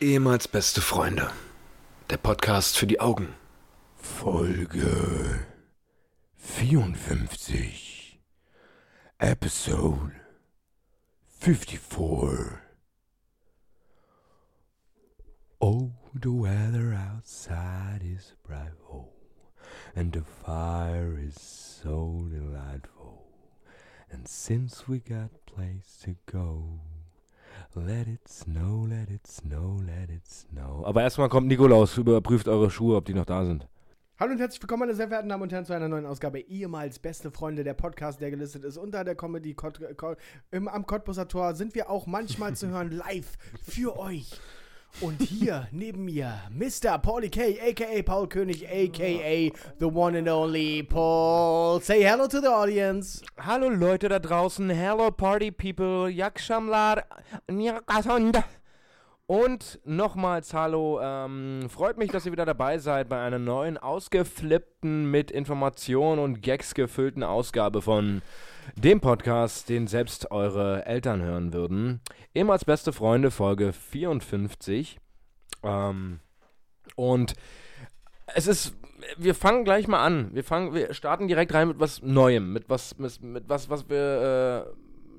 Ehemals beste Freunde. Der Podcast für die Augen. Folge 54. Episode 54. Oh, the weather outside is bright, oh, and the fire is so delightful. And since we got place to go, let it snow, let it snow, let it snow. Aber erstmal kommt Nikolaus, überprüft eure Schuhe, ob die noch da sind. Hallo und herzlich willkommen, meine sehr verehrten Damen und Herren, zu einer neuen Ausgabe ehemals Beste Freunde, der Podcast, der gelistet ist unter der Comedy Cod Co- im, am Cottbusser Tor. Sind wir auch manchmal zu hören live für euch. Und hier neben mir Mr. Paulie K, a.k.a. Paul König, a.k.a. the one and only Paul. Say hello to the audience. Hallo Leute da draußen, hello Party People, Yakşamlar, Nyakasonda. Und nochmals hallo, ähm, freut mich, dass ihr wieder dabei seid bei einer neuen, ausgeflippten, mit Informationen und Gags gefüllten Ausgabe von dem Podcast, den selbst eure Eltern hören würden. Ehemals beste Freunde, Folge 54. Ähm, und es ist, wir fangen gleich mal an. Wir fangen, wir starten direkt rein mit was Neuem, mit was, mit, mit was, was wir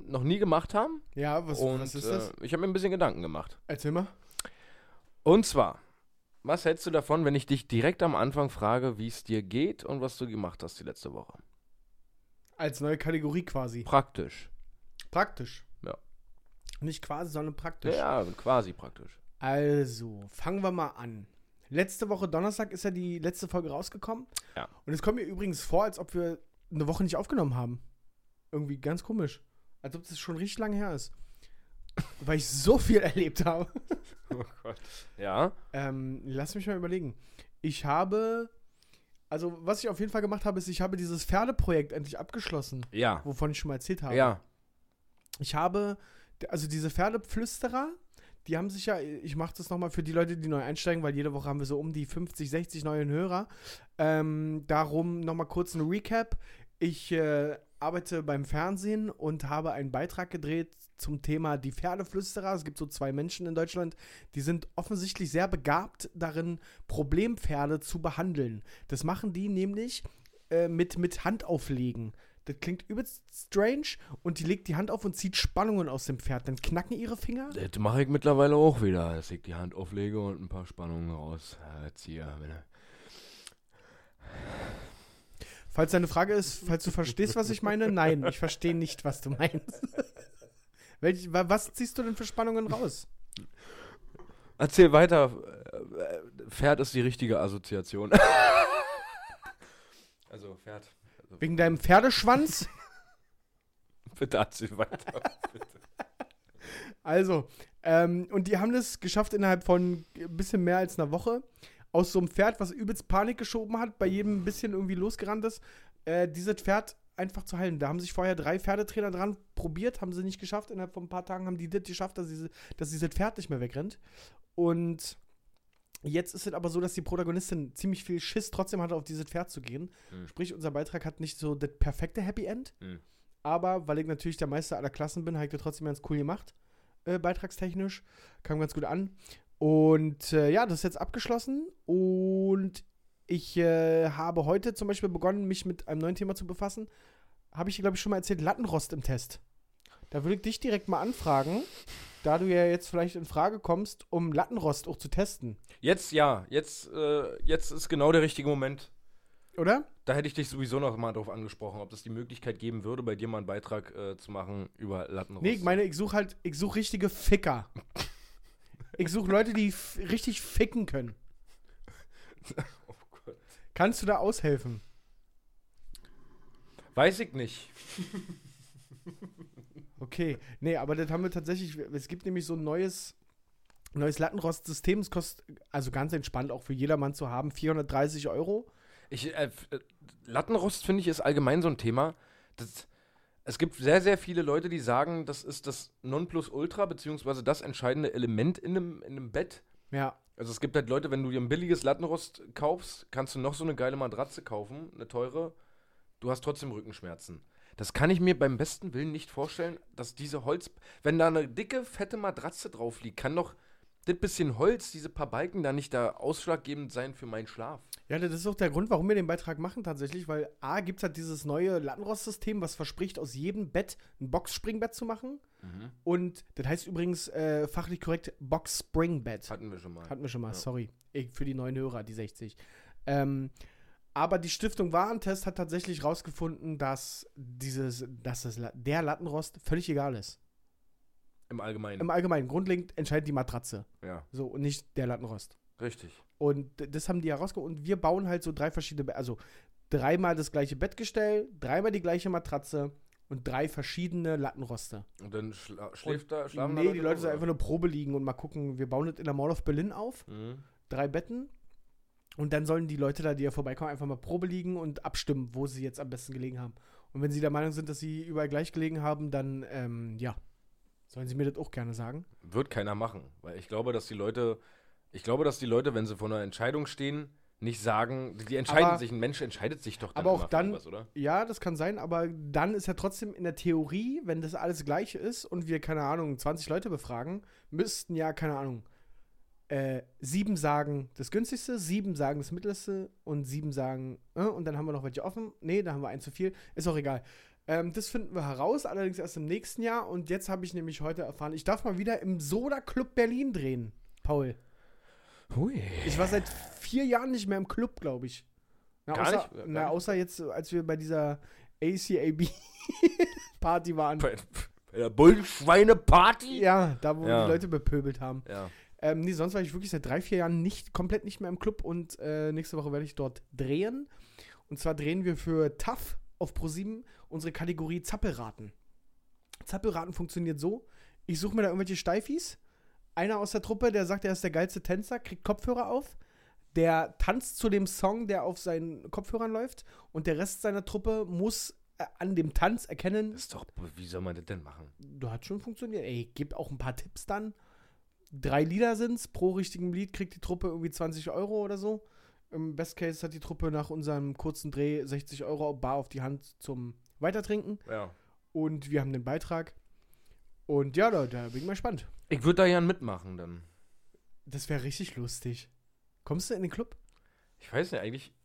äh, noch nie gemacht haben. Ja, was, Und was ist das? Äh, ich habe mir ein bisschen Gedanken gemacht. Erzähl mal. Und zwar, was hältst du davon, wenn ich dich direkt am Anfang frage, wie es dir geht und was du gemacht hast die letzte Woche? Als neue Kategorie quasi. Praktisch. Praktisch. Ja. Nicht quasi, sondern praktisch. Ja, quasi praktisch. Also, fangen wir mal an. Letzte Woche Donnerstag ist ja die letzte Folge rausgekommen. Ja. Und es kommt mir übrigens vor, als ob wir eine Woche nicht aufgenommen haben. Irgendwie ganz komisch. Als ob das schon richtig lange her ist. Weil ich so viel erlebt habe. Oh Gott. Ja. Ähm, lass mich mal überlegen. Ich habe. Also, was ich auf jeden Fall gemacht habe, ist, ich habe dieses Pferdeprojekt endlich abgeschlossen, Ja. wovon ich schon mal erzählt habe. Ja. Ich habe, also diese Pferdeflüsterer, die haben sich ja, ich mache das nochmal für die Leute, die neu einsteigen, weil jede Woche haben wir so um die 50, 60 neuen Hörer. Ähm, darum nochmal kurz ein Recap. Ich äh, arbeite beim Fernsehen und habe einen Beitrag gedreht zum Thema die Pferdeflüsterer. Es gibt so zwei Menschen in Deutschland, die sind offensichtlich sehr begabt darin, Problempferde zu behandeln. Das machen die nämlich äh, mit, mit Hand auflegen. Das klingt übelst strange und die legt die Hand auf und zieht Spannungen aus dem Pferd. Dann knacken ihre Finger. Das mache ich mittlerweile auch wieder, dass ich die Hand auflege und ein paar Spannungen rausziehe. Falls deine Frage ist, falls du verstehst, was ich meine, nein, ich verstehe nicht, was du meinst. Welch, wa- was ziehst du denn für Spannungen raus? Erzähl weiter. Äh, Pferd ist die richtige Assoziation. also Pferd. Wegen deinem Pferdeschwanz? Bitte erzähl weiter. Also, ähm, und die haben das geschafft innerhalb von ein bisschen mehr als einer Woche. Aus so einem Pferd, was übelst Panik geschoben hat, bei jedem ein bisschen irgendwie losgerannt ist, äh, dieses Pferd einfach zu heilen. Da haben sich vorher drei Pferdetrainer dran probiert, haben sie nicht geschafft. Innerhalb von ein paar Tagen haben die das geschafft, dass, diese, dass dieses Pferd nicht mehr wegrennt. Und jetzt ist es aber so, dass die Protagonistin ziemlich viel Schiss trotzdem hatte, auf dieses Pferd zu gehen. Hm. Sprich, unser Beitrag hat nicht so das perfekte Happy End. Hm. Aber weil ich natürlich der Meister aller Klassen bin, habe ich das trotzdem ganz cool gemacht äh, beitragstechnisch. Kam ganz gut an. Und äh, ja, das ist jetzt abgeschlossen. Und ich äh, habe heute zum Beispiel begonnen, mich mit einem neuen Thema zu befassen. Habe ich, glaube ich, schon mal erzählt, Lattenrost im Test. Da würde ich dich direkt mal anfragen, da du ja jetzt vielleicht in Frage kommst, um Lattenrost auch zu testen, Jetzt ja, jetzt, äh, jetzt ist genau der richtige Moment. oder? Da hätte ich dich sowieso noch mal drauf angesprochen, ob das die Möglichkeit geben würde, bei dir mal einen Beitrag äh, zu machen über Lattenrost. Nee, ich meine, ich suche halt, ich suche richtige Ficker. Ich suche Leute, die f- richtig ficken können. Oh Gott. Kannst du da aushelfen? Weiß ich nicht. Okay, nee, aber das haben wir tatsächlich. Es gibt nämlich so ein neues, neues Lattenrost-System. Es kostet, also ganz entspannt auch für jedermann zu haben, 430 Euro. Ich, äh, f- äh, Lattenrost, finde ich, ist allgemein so ein Thema. Das, es gibt sehr, sehr viele Leute, die sagen, das ist das Nonplusultra, beziehungsweise das entscheidende Element in einem, in einem Bett. Ja, Also es gibt halt Leute, wenn du dir ein billiges Lattenrost kaufst, kannst du noch so eine geile Matratze kaufen, eine teure, du hast trotzdem Rückenschmerzen. Das kann ich mir beim besten Willen nicht vorstellen, dass diese Holz, wenn da eine dicke, fette Matratze drauf liegt, kann doch das bisschen Holz, diese paar Balken da nicht da ausschlaggebend sein für meinen Schlaf. Ja, das ist auch der Grund, warum wir den Beitrag machen tatsächlich, weil A gibt es halt dieses neue Lattenrost-System, was verspricht, aus jedem Bett ein Boxspringbett zu machen. Und das heißt übrigens äh, fachlich korrekt Boxspringbett. Hatten wir schon mal. Hatten wir schon mal, Ja. sorry. Ich- Für die neuen Hörer, die 60. Ähm, aber die Stiftung Warentest hat tatsächlich rausgefunden, dass, dieses, dass das, La- der Lattenrost völlig egal Mhm. ist. Im Allgemeinen. Im Allgemeinen, grundlegend entscheidet die Matratze. ja, So, und nicht der Lattenrost. richtig. Und d- das haben die herausgefunden. Und wir bauen halt so drei verschiedene, Be also dreimal das gleiche Bettgestell, dreimal die gleiche Matratze und drei verschiedene Lattenroste. Und dann schla schläft da, schlafen da nee, die Leute drauf, sollen oder? einfach nur Probe liegen und mal gucken. Wir bauen das in der Mall of Berlin auf, Mhm. drei Betten. Und dann sollen die Leute da, die ja vorbeikommen, einfach mal Probe liegen und abstimmen, wo sie jetzt am besten gelegen haben. Und wenn sie der Meinung sind, dass sie überall gleich gelegen haben, dann, ähm, ja, sollen sie mir das auch gerne sagen. Wird keiner machen, weil ich glaube, dass die Leute, ich glaube, dass die Leute, wenn sie vor einer Entscheidung stehen, nicht sagen, die entscheiden Aber- sich, ein Mensch entscheidet sich doch dann aber auch immer für dann- irgendwas, oder? Ja, das kann sein, aber dann ist ja trotzdem in der Theorie, wenn das alles gleich ist und wir, keine Ahnung, 20 Leute befragen, müssten ja, keine Ahnung, äh, sieben sagen das günstigste, sieben sagen das mittelste und sieben sagen, äh, und dann haben wir noch welche offen. Nee, da haben wir ein zu viel, ist auch egal. Ähm, das finden wir heraus, allerdings erst im nächsten Jahr und jetzt habe ich nämlich heute erfahren, ich darf mal wieder im Soda Club Berlin drehen, Paul. Hui. Ich war seit vier Jahren nicht mehr im Club, glaube ich. Na, Gar außer, nicht? Gar na, nicht? außer jetzt, als wir bei dieser ACAB-Party waren. Bei, bei der Bullschweine-Party? Ja, da wo Ja. die Leute bepöbelt haben. Ja. Ähm, nee, sonst war ich wirklich seit drei, vier Jahren nicht, komplett nicht mehr im Club und äh, nächste Woche werde ich dort drehen. Und zwar drehen wir für TAF auf ProSieben unsere Kategorie Zappelraten. Zappelraten funktioniert so: Ich suche mir da irgendwelche Steifis. Einer aus der Truppe, der sagt, er ist der geilste Tänzer, kriegt Kopfhörer auf. Der tanzt zu dem Song, der auf seinen Kopfhörern läuft. Und der Rest seiner Truppe muss äh, an dem Tanz erkennen, Das ist doch, wie soll man das denn machen? Du hat schon funktioniert. Ey, gib auch ein paar Tipps dann. Drei Lieder sind's. Pro richtigem Lied kriegt die Truppe irgendwie 20 Euro oder so. Im Best Case hat die Truppe nach unserem kurzen Dreh 60 Euro bar auf die Hand zum Weitertrinken. Ja. Und wir haben den Beitrag. Und ja, da, da bin ich mal gespannt. Ich würde da gern mitmachen dann. Das wäre richtig lustig. Kommst du in den Club? Ich weiß nicht, eigentlich,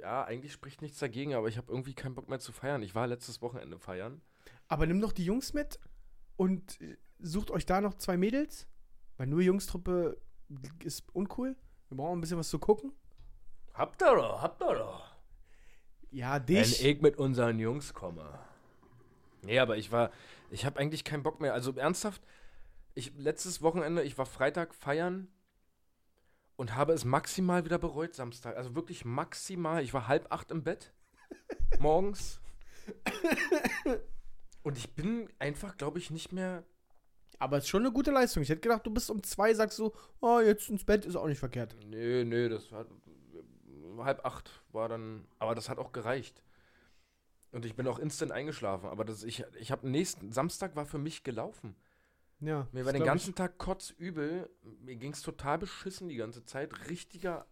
ja, eigentlich spricht nichts dagegen, aber ich habe irgendwie keinen Bock mehr zu feiern. Ich war letztes Wochenende feiern. Aber nimm doch die Jungs mit und äh, sucht euch da noch zwei Mädels. Weil nur Jungstruppe ist uncool. Wir brauchen ein bisschen was zu gucken. Habt ihr doch, habt ihr doch. Ja, Wenn dich. ich mit unseren Jungs komme. Nee, aber ich war, ich habe eigentlich keinen Bock mehr. Also ernsthaft, ich letztes Wochenende, ich war Freitag feiern und habe es maximal wieder bereut Samstag. Also wirklich maximal. Ich war halb acht im Bett morgens. Und ich bin einfach, glaube ich, nicht mehr. Aber ist schon eine gute Leistung. Ich hätte gedacht, du bist um zwei, sagst so, oh, jetzt ins Bett ist auch nicht verkehrt. Nee, nee, das hat. Halb acht war dann. Aber das hat auch gereicht. Und ich bin auch instant eingeschlafen. Aber das, ich, ich habe nächsten. Samstag war für mich gelaufen. Ja. Mir das war den glaub ganzen Tag kotzübel. Mir ging es total beschissen die ganze Zeit. Richtiger Ist-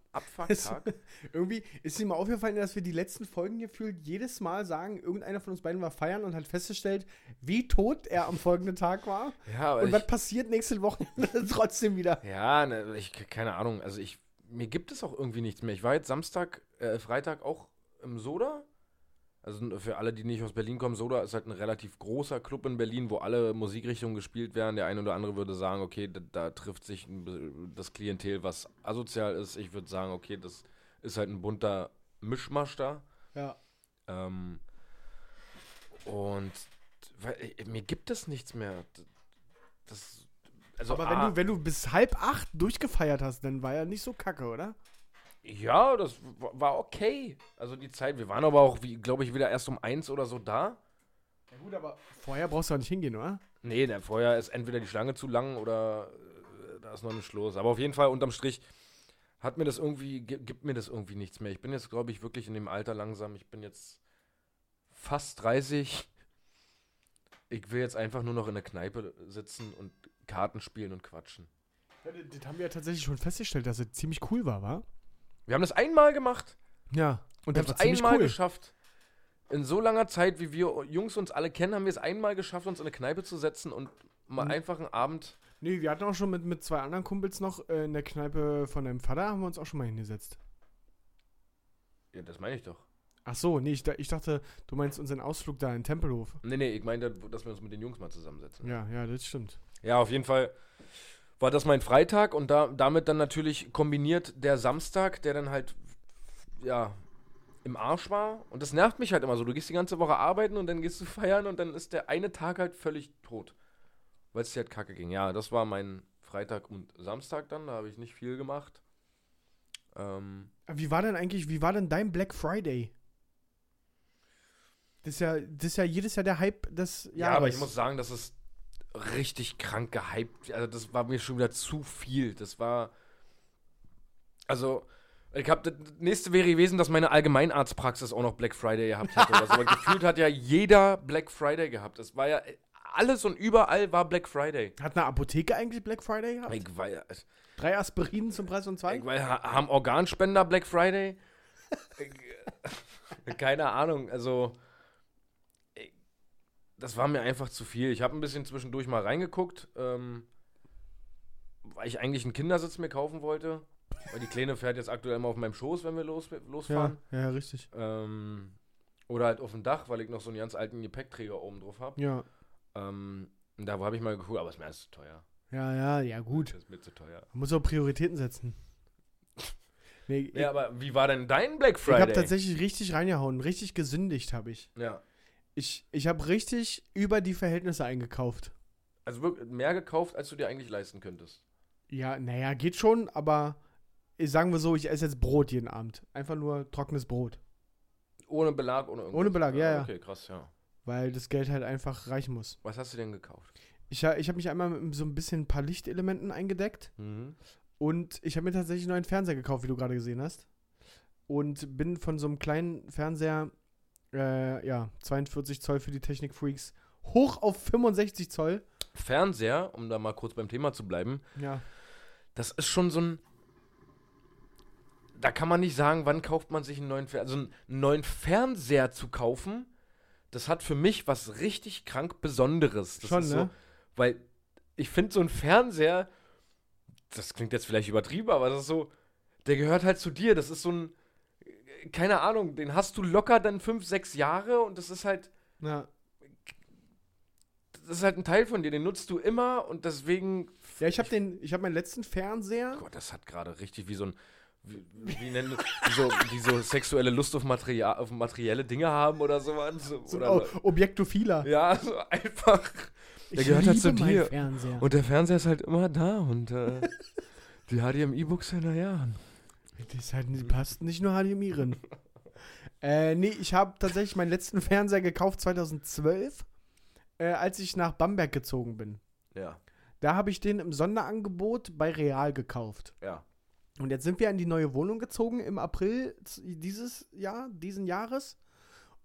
Abfucktag. Ich. Irgendwie ist dir mal aufgefallen, dass wir die letzten Folgen gefühlt jedes Mal sagen, irgendeiner von uns beiden war feiern und hat festgestellt, wie tot er am folgenden Tag war. ja, aber und was ich, passiert nächste Woche trotzdem wieder? ja ne, ich, keine Ahnung. Also ich, mir gibt es auch irgendwie nichts mehr. Ich war jetzt Samstag, äh, Freitag auch im Soda. Also für alle, die nicht aus Berlin kommen, Soda ist halt ein relativ großer Club in Berlin, wo alle Musikrichtungen gespielt werden. Der eine oder andere würde sagen, okay, da, da trifft sich ein bi- das Klientel, was asozial ist. Ich würde sagen, okay, das ist halt ein bunter Mischmasch da. Ja. Ähm, und weil, äh, mir gibt es nichts mehr. D- Das, also, Aber wenn ah, du, wenn du bis halb acht durchgefeiert hast, dann war ja nicht so kacke, oder? ja, das w- war okay. Also die Zeit, wir waren aber auch, glaube ich, wieder erst um eins oder so da. Ja gut, aber vorher brauchst du auch nicht hingehen, oder? Nee, der vorher ist entweder die Schlange zu lang oder äh, da ist noch nicht Schluss. Aber auf jeden Fall unterm Strich hat mir das irgendwie, gi- gibt mir das irgendwie nichts mehr. Ich bin jetzt, glaube ich, wirklich in dem Alter langsam. Ich bin jetzt fast 30. Ich will jetzt einfach nur noch in der Kneipe sitzen und Karten spielen und quatschen. Ja, das- das haben wir ja tatsächlich schon festgestellt, dass es ziemlich cool war, wa? Wir haben das einmal gemacht. Ja. Und Wir das haben war es ziemlich einmal cool. geschafft. In so langer Zeit, Mhm. wie wir Jungs uns alle kennen, haben wir es einmal geschafft, uns in eine Kneipe zu setzen und mal einfach einen Abend Nee, wir hatten auch schon mit, mit zwei anderen Kumpels noch äh, in der Kneipe von deinem Vater, haben wir uns auch schon mal hingesetzt. Ja, das meine ich doch. Ach so, nee, ich, da- ich dachte, du meinst unseren Ausflug da in Tempelhof. Nee, nee, ich meine, dass wir uns mit den Jungs mal zusammensetzen. Ja, ja, das stimmt. Ja, auf jeden Fall war das mein Freitag und da, damit dann natürlich kombiniert der Samstag, der dann halt, ja, im Arsch war. Und das nervt mich halt immer so. Du gehst die ganze Woche arbeiten und dann gehst du feiern und dann ist der eine Tag halt völlig tot. Weil es dir halt kacke ging. Ja, das war mein Freitag und Samstag dann. Da habe ich nicht viel gemacht. Ähm, Aber Wie war denn eigentlich, wie war denn dein Black Friday? Das ist ja, das ist ja jedes Jahr der Hype des Jahres. ja, aber ich muss sagen, das ist richtig krank gehypt. Also, das war mir schon wieder zu viel. Das war. Also, ich habe das nächste wäre gewesen, dass meine Allgemeinarztpraxis auch noch Black Friday gehabt hätte. oder so. Weil gefühlt hat ja jeder Black Friday gehabt. Es war ja. Alles und überall war Black Friday. Hat eine Apotheke eigentlich Black Friday gehabt? Ich war, ja- Drei Aspirinen zum Preis von zwei? ich war, ja- haben Organspender Black Friday? Ich- Keine Ahnung. Also, ich- das war mir einfach zu viel. Ich habe ein bisschen zwischendurch mal reingeguckt, ähm, weil ich eigentlich einen Kindersitz mir kaufen wollte. Weil die Kleine fährt jetzt aktuell mal auf meinem Schoß, wenn wir los, Ja, losfahren. ja, richtig. Ähm, oder halt auf dem Dach, weil ich noch so einen ganz alten Gepäckträger oben drauf habe. Ja. Ähm, und da habe ich mal geguckt, aber es ist mir alles zu teuer. Ja, ja, ja, gut. Das ist mir zu teuer. Man muss auch Prioritäten setzen. Nee, ich, Ja, aber wie war denn dein Black ich Friday? habe tatsächlich richtig reingehauen, richtig gesündigt habe ich. Ja. Ich, ich habe richtig über die Verhältnisse eingekauft. Also wirklich mehr gekauft, als du dir eigentlich leisten könntest. Ja, naja, geht schon, aber ich, sagen wir so, ich esse jetzt Brot jeden Abend. Einfach nur trockenes Brot. Ohne Belag, ohne irgendwas. Ah, Ohne Belag, ja, ja. Okay, krass, ja. Weil das Geld halt einfach reichen muss. Was hast du denn gekauft? Ich, ha- ich habe mich einmal mit so ein bisschen ein paar Lichtelementen eingedeckt. Und ich habe mir tatsächlich einen neuen Fernseher gekauft, wie du gerade gesehen hast. Und bin von so einem kleinen Fernseher, äh, ja, 42 Zoll für die Technik-Freaks, hoch auf 65 Zoll. Fernseher, um da mal kurz beim Thema zu bleiben, Ja. das ist schon so ein. Da kann man nicht sagen, wann kauft man sich einen neuen Fernseher. Also einen neuen Fernseher zu kaufen, das hat für mich was richtig krank Besonderes. Das Schon, ist ne? So, weil ich finde, so ein Fernseher, das klingt jetzt vielleicht übertrieben, aber das ist so, der gehört halt zu dir. Das ist so ein. Keine Ahnung, den hast du locker dann fünf, sechs Jahre und das ist halt. Ja. das ist halt ein Teil von dir, den nutzt du immer und deswegen. Ja, ich habe den, ich habe meinen letzten Fernseher. Gott, das hat gerade richtig wie so ein. Wie, wie nennen wie so, die so sexuelle Lust auf, Material, auf materielle Dinge haben oder sowas. So, So ein oder oh, Objektophiler. Ja, so einfach. Der gehört halt zu dir. Fernseher. Und der Fernseher ist halt immer da und äh, die HDMI-Buchse, naja. das ist halt, die passt nicht nur HDMI rein. äh, nee, ich habe tatsächlich meinen letzten Fernseher gekauft 2012, äh, als ich nach Bamberg gezogen bin. Ja, Da habe ich den im Sonderangebot bei Real gekauft. ja. Und jetzt sind wir in die neue Wohnung gezogen im April z- dieses Jahr, diesen Jahres.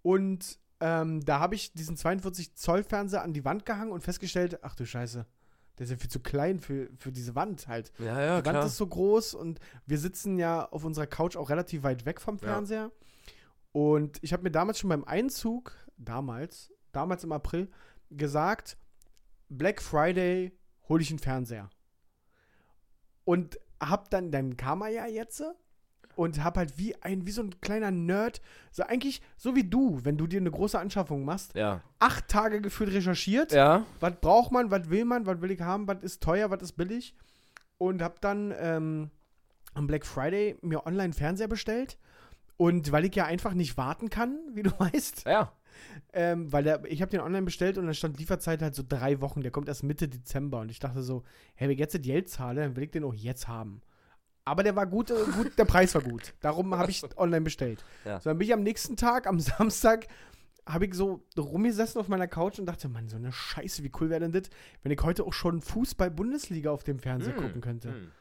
Und ähm, da habe ich diesen 42 Zoll Fernseher an die Wand gehangen und festgestellt, ach du Scheiße, der ist ja viel zu klein für, für diese Wand halt. Ja, ja, die Wand klar. ist so groß und wir sitzen ja auf unserer Couch auch relativ weit weg vom Ja. Fernseher. Und ich habe mir damals schon beim Einzug, damals, damals im April, gesagt, Black Friday hole ich einen Fernseher. Und hab dann, dann kam er ja jetzt und hab halt wie ein, wie so ein kleiner Nerd, so eigentlich so wie du, wenn du dir eine große Anschaffung machst, ja. acht Tage gefühlt recherchiert, Ja. was braucht man, was will man, was will ich haben, was ist teuer, was ist billig. Und hab dann ähm, am Black Friday mir online Fernseher bestellt. Und weil ich ja einfach nicht warten kann, wie du weißt, Ja. ähm, weil der, ich habe den online bestellt und dann stand Lieferzeit halt so drei Wochen. Der kommt erst Mitte Dezember und ich dachte so, hey, wenn ich jetzt das Geld zahle, dann will ich den auch jetzt haben. Aber der war gut, äh, gut der Preis war gut. Darum habe ich online bestellt. Ja. So, dann bin ich am nächsten Tag, am Samstag, habe ich so rumgesessen auf meiner Couch und dachte, Mann, so eine Scheiße, wie cool wäre denn das, wenn ich heute auch schon Fußball-Bundesliga auf dem Fernseher Hm, gucken könnte hm.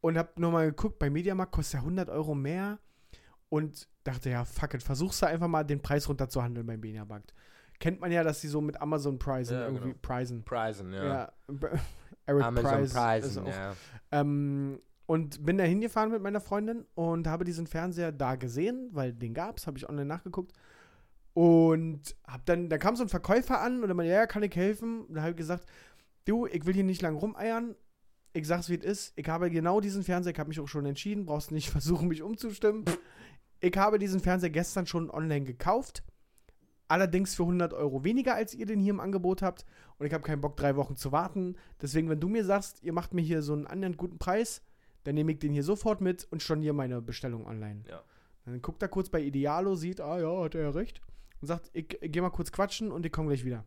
und hab nochmal geguckt, bei Mediamarkt kostet ja 100 Euro mehr und dachte, ja, fuck it, versuchst du einfach mal den Preis runterzuhandeln beim Mediamarkt. Kennt man ja, dass sie so mit Amazon Prisen Ja, irgendwie genau. prisen. Prisen, ja. Ja. Eric Price ist auch- ja. ähm, und bin da hingefahren mit meiner Freundin und habe diesen Fernseher da gesehen, weil den gab's, habe ich online nachgeguckt. Und hab dann, da kam so ein Verkäufer an und er meinte, ja, ja, kann ich helfen? Und da habe ich gesagt, du, ich will hier nicht lang rumeiern. Ich sag's, wie es ist. Ich habe genau diesen Fernseher, ich habe mich auch schon entschieden, brauchst nicht versuchen, mich umzustimmen. Ich habe diesen Fernseher gestern schon online gekauft. Allerdings für 100 Euro weniger, als ihr den hier im Angebot habt. Und ich habe keinen Bock, drei Wochen zu warten. Deswegen, wenn du mir sagst, ihr macht mir hier so einen anderen guten Preis, dann nehme ich den hier sofort mit und storniere meine Bestellung online. Ja. Dann guckt er kurz bei Idealo, sieht, ah ja, hat er ja recht. Und sagt, ich, ich gehe mal kurz quatschen und ich komme gleich wieder.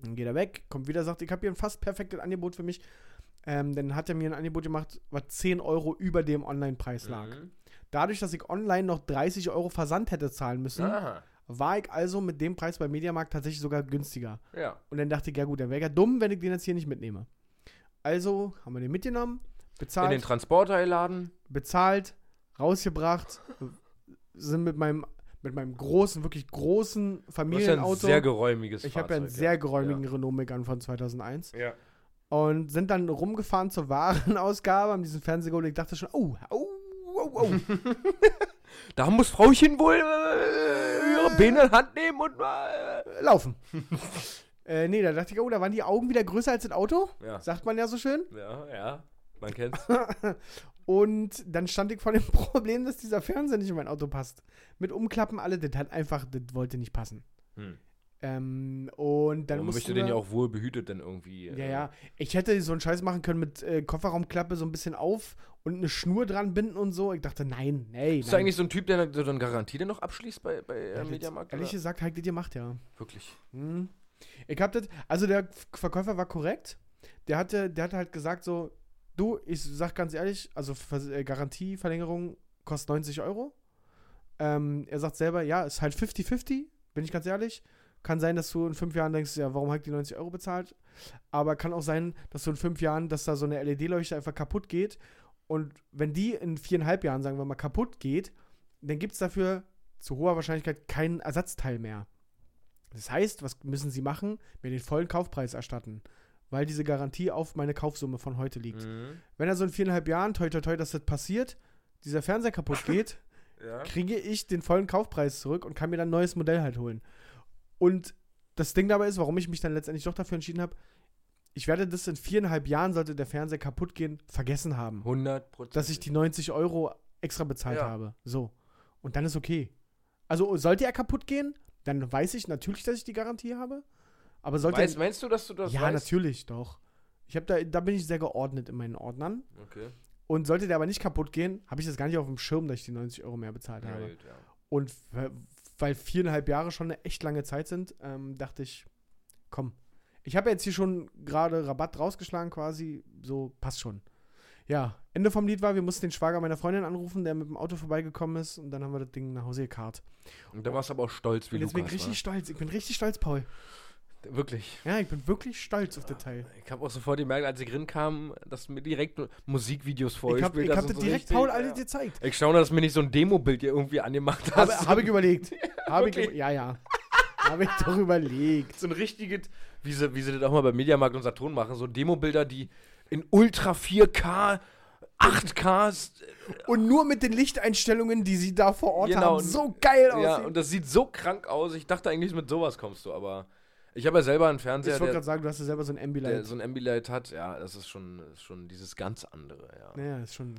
Dann geht er weg, kommt wieder, sagt, ich habe hier ein fast perfektes Angebot für mich. Ähm, dann hat er mir ein Angebot gemacht, was 10 Euro über dem Online-Preis lag. Mhm. Dadurch, dass ich online noch 30 Euro Versand hätte zahlen müssen, Aha. war ich also mit dem Preis beim Mediamarkt tatsächlich sogar günstiger. Ja. Und dann dachte ich, ja gut, dann wäre ja dumm, wenn ich den jetzt hier nicht mitnehme. Also haben wir den mitgenommen, In den bezahlt, Transporter geladen. bezahlt, rausgebracht, sind mit meinem, mit meinem großen, wirklich Du großen hast ja ein Familienauto. sehr geräumiges ich habe Fahrzeug. ja einen sehr geräumigen Renault Megane von 2001. Ja. Und sind dann rumgefahren zur Warenausgabe, haben diesen Fernseher geholt. Ich dachte schon, oh, oh, oh, oh. Da muss Frauchen wohl äh, ihre Beine in Hand nehmen und mal. äh, laufen. äh, nee, da dachte ich, oh, da waren die Augen wieder größer als das Auto. Ja. Sagt man ja so schön. Ja, ja. Man kennt's. Und dann stand ich vor dem Problem, dass dieser Fernseher nicht in mein Auto passt. Mit Umklappen, alle, das hat einfach, das wollte nicht passen. Hm. Ähm, und dann Man mussten möchte den ja wir- auch wohl behütet dann irgendwie. äh? Ja, ja. Ich hätte so einen Scheiß machen können mit äh, Kofferraumklappe so ein bisschen auf und eine Schnur dran binden und so. Ich dachte, nein, nee. Bist du nein. eigentlich so ein Typ, der dann Garantie denn noch abschließt bei, bei äh, Ja, das- Mediamarkt? Ehrlich oder? gesagt, halt, das ihr macht, ja. Wirklich. Hm. Ich hab das, also der F- Verkäufer war korrekt. Der hatte, der hatte halt gesagt so, du, ich sag ganz ehrlich, also Vers- äh, Garantieverlängerung kostet 90 Euro. Ähm, er sagt selber, ja, ist halt 50-50, bin ich ganz ehrlich. Kann sein, dass du in fünf Jahren denkst, ja, warum habe ich die 90 Euro bezahlt? Aber kann auch sein, dass du in fünf Jahren, dass da so eine LED-Leuchte einfach kaputt geht. Und wenn die in viereinhalb Jahren, sagen wir mal, kaputt geht, dann gibt es dafür zu hoher Wahrscheinlichkeit keinen Ersatzteil mehr. Das heißt, was müssen sie machen? Mir den vollen Kaufpreis erstatten, weil diese Garantie auf meine Kaufsumme von heute liegt. Mhm. Wenn also in viereinhalb Jahren, toi toi toi, dass das passiert, dieser Fernseher kaputt geht, Ja. kriege ich den vollen Kaufpreis zurück und kann mir dann ein neues Modell halt holen. Und das Ding dabei ist, warum ich mich dann letztendlich doch dafür entschieden habe, ich werde das in viereinhalb Jahren, sollte der Fernseher kaputt gehen, vergessen haben 100 Prozent. dass ich die 90 Euro extra bezahlt Ja. habe. So. Und dann ist okay. Also sollte er kaputt gehen, dann weiß ich natürlich, dass ich die Garantie habe. Aber sollte Weißt, meinst du, dass du das ja, weißt? natürlich doch. Ich habe da, da bin ich sehr geordnet in meinen Ordnern. Okay. Und sollte der aber nicht kaputt gehen, habe ich das gar nicht auf dem Schirm, dass ich die 90 Euro mehr bezahlt Ja, habe. gut, ja. Und w- weil viereinhalb Jahre schon eine echt lange Zeit sind, ähm, dachte ich, komm. Ich habe jetzt hier schon gerade Rabatt rausgeschlagen quasi, so passt schon. Ja, Ende vom Lied war, wir mussten den Schwager meiner Freundin anrufen, der mit dem Auto vorbeigekommen ist und dann haben wir das Ding nach Hause gekarrt. Und da warst du aber auch stolz, wie Und jetzt bin Lukas ich richtig war. stolz, ich bin richtig stolz, Paul. Wirklich. Ja, ich bin wirklich stolz auf das Teil. Ich habe auch sofort gemerkt, als ich rinkam, dass du mir direkt Musikvideos Ich habe vorgespielt hab hast. das und so direkt richtig- Paul alle ja. gezeigt. Ich staune, dass du mir nicht so ein Demo-Bild hier irgendwie angemacht hast. Habe hab ich überlegt. Habe ich, wirklich? ge- ja, ja. habe ich doch überlegt. so ein richtiges, wie sie, wie sie das auch mal bei Mediamarkt und Saturn machen, so Demobilder, die in Ultra 4K, 8K, s- Und nur mit den Lichteinstellungen, die sie da vor Ort Genau. haben, so geil aussehen. ja, und das sieht so krank aus. Ich dachte eigentlich, mit sowas kommst du, aber ich habe ja selber einen Fernseher, ich wollte der, gerade sagen, du hast ja selber so ein der Ambilight. so ein Ambilight hat. Ja, das ist schon, ist schon dieses ganz andere, ja. naja, ist schon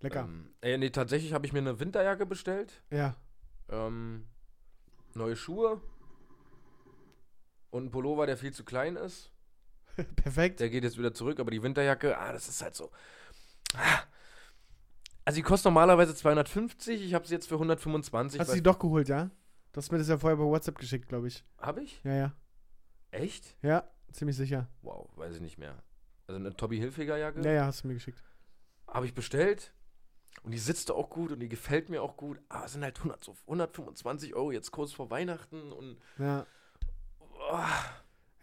lecker. Ähm, ey, nee, tatsächlich habe ich mir eine Winterjacke bestellt, Ja. ähm, neue Schuhe und einen Pullover, der viel zu klein ist. Perfekt. Der geht jetzt wieder zurück, aber die Winterjacke, ah, das ist halt so. Ah. Also die kostet normalerweise 250, ich habe sie jetzt für 125. Hast du weil- die doch geholt, ja? Du hast mir das ja vorher bei WhatsApp geschickt, glaube ich. hab ich? Ja, ja. Echt? Ja, ziemlich sicher. Wow, weiß ich nicht mehr. Also eine Tommy Hilfiger Jacke Ja, ja, hast du mir geschickt. habe ich bestellt und die sitzt auch gut und die gefällt mir auch gut, aber es sind halt 100, so 125 Euro jetzt kurz vor Weihnachten und Ja. oh,